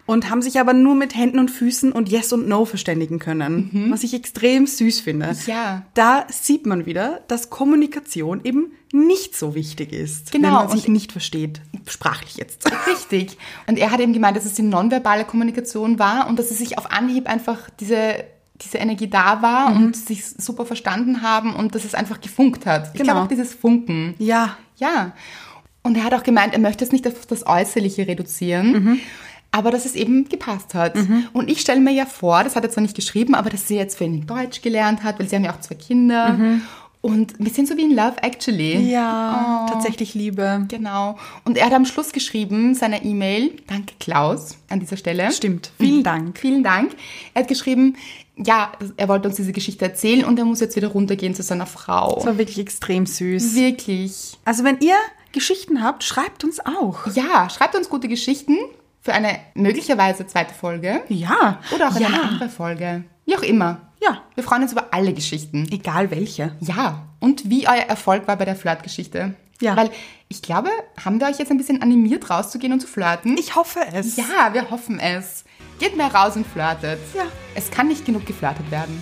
Speaker 2: und haben sich aber nur mit Händen und Füßen und Yes und No verständigen können, was ich extrem süß finde.
Speaker 1: Ja.
Speaker 2: Da sieht man wieder, dass Kommunikation eben nicht so wichtig ist, wenn
Speaker 1: Genau,
Speaker 2: man sich
Speaker 1: und-
Speaker 2: nicht versteht, sprachlich jetzt.
Speaker 1: Richtig. Und er hat eben gemeint, dass es die nonverbale Kommunikation war und dass sie sich auf Anhieb einfach diese, diese Energie da war
Speaker 2: Mhm.
Speaker 1: und sich super verstanden haben und dass es einfach gefunkt hat. Ich
Speaker 2: Genau.
Speaker 1: glaube auch dieses Funken.
Speaker 2: Ja,
Speaker 1: Ja. Und er hat auch gemeint, er möchte es nicht auf das Äußerliche reduzieren.
Speaker 2: Mhm.
Speaker 1: Aber dass es eben gepasst hat. Und ich stelle mir ja vor, das hat er zwar nicht geschrieben, aber dass sie jetzt für ihn Deutsch gelernt hat, weil sie haben ja auch zwei Kinder. Und wir sind so wie in Love Actually.
Speaker 2: Mhm. ja, tatsächlich Liebe.
Speaker 1: Genau. Und er hat am Schluss geschrieben, seiner E-Mail, danke Klaus, an dieser Stelle.
Speaker 2: Stimmt. Vielen Dank.
Speaker 1: Vielen Dank. Er hat geschrieben, ja, er wollte uns diese Geschichte erzählen und er muss jetzt wieder runtergehen zu seiner Frau.
Speaker 2: Das war wirklich extrem süß.
Speaker 1: Wirklich.
Speaker 2: Also wenn ihr Geschichten habt, schreibt uns auch.
Speaker 1: Ja, schreibt uns gute Geschichten für eine möglicherweise zweite Folge
Speaker 2: Ja.
Speaker 1: oder auch
Speaker 2: ja.
Speaker 1: eine andere Folge. Wie auch immer.
Speaker 2: Ja.
Speaker 1: Wir freuen uns über alle Geschichten.
Speaker 2: Egal welche.
Speaker 1: Ja, und wie euer Erfolg war bei der Flirtgeschichte.
Speaker 2: Ja.
Speaker 1: Weil ich glaube, haben wir euch jetzt ein bisschen animiert, rauszugehen und zu flirten?
Speaker 2: Ich hoffe es.
Speaker 1: Ja, wir hoffen es. Geht mehr raus und flirtet.
Speaker 2: Ja.
Speaker 1: Es kann nicht genug geflirtet werden.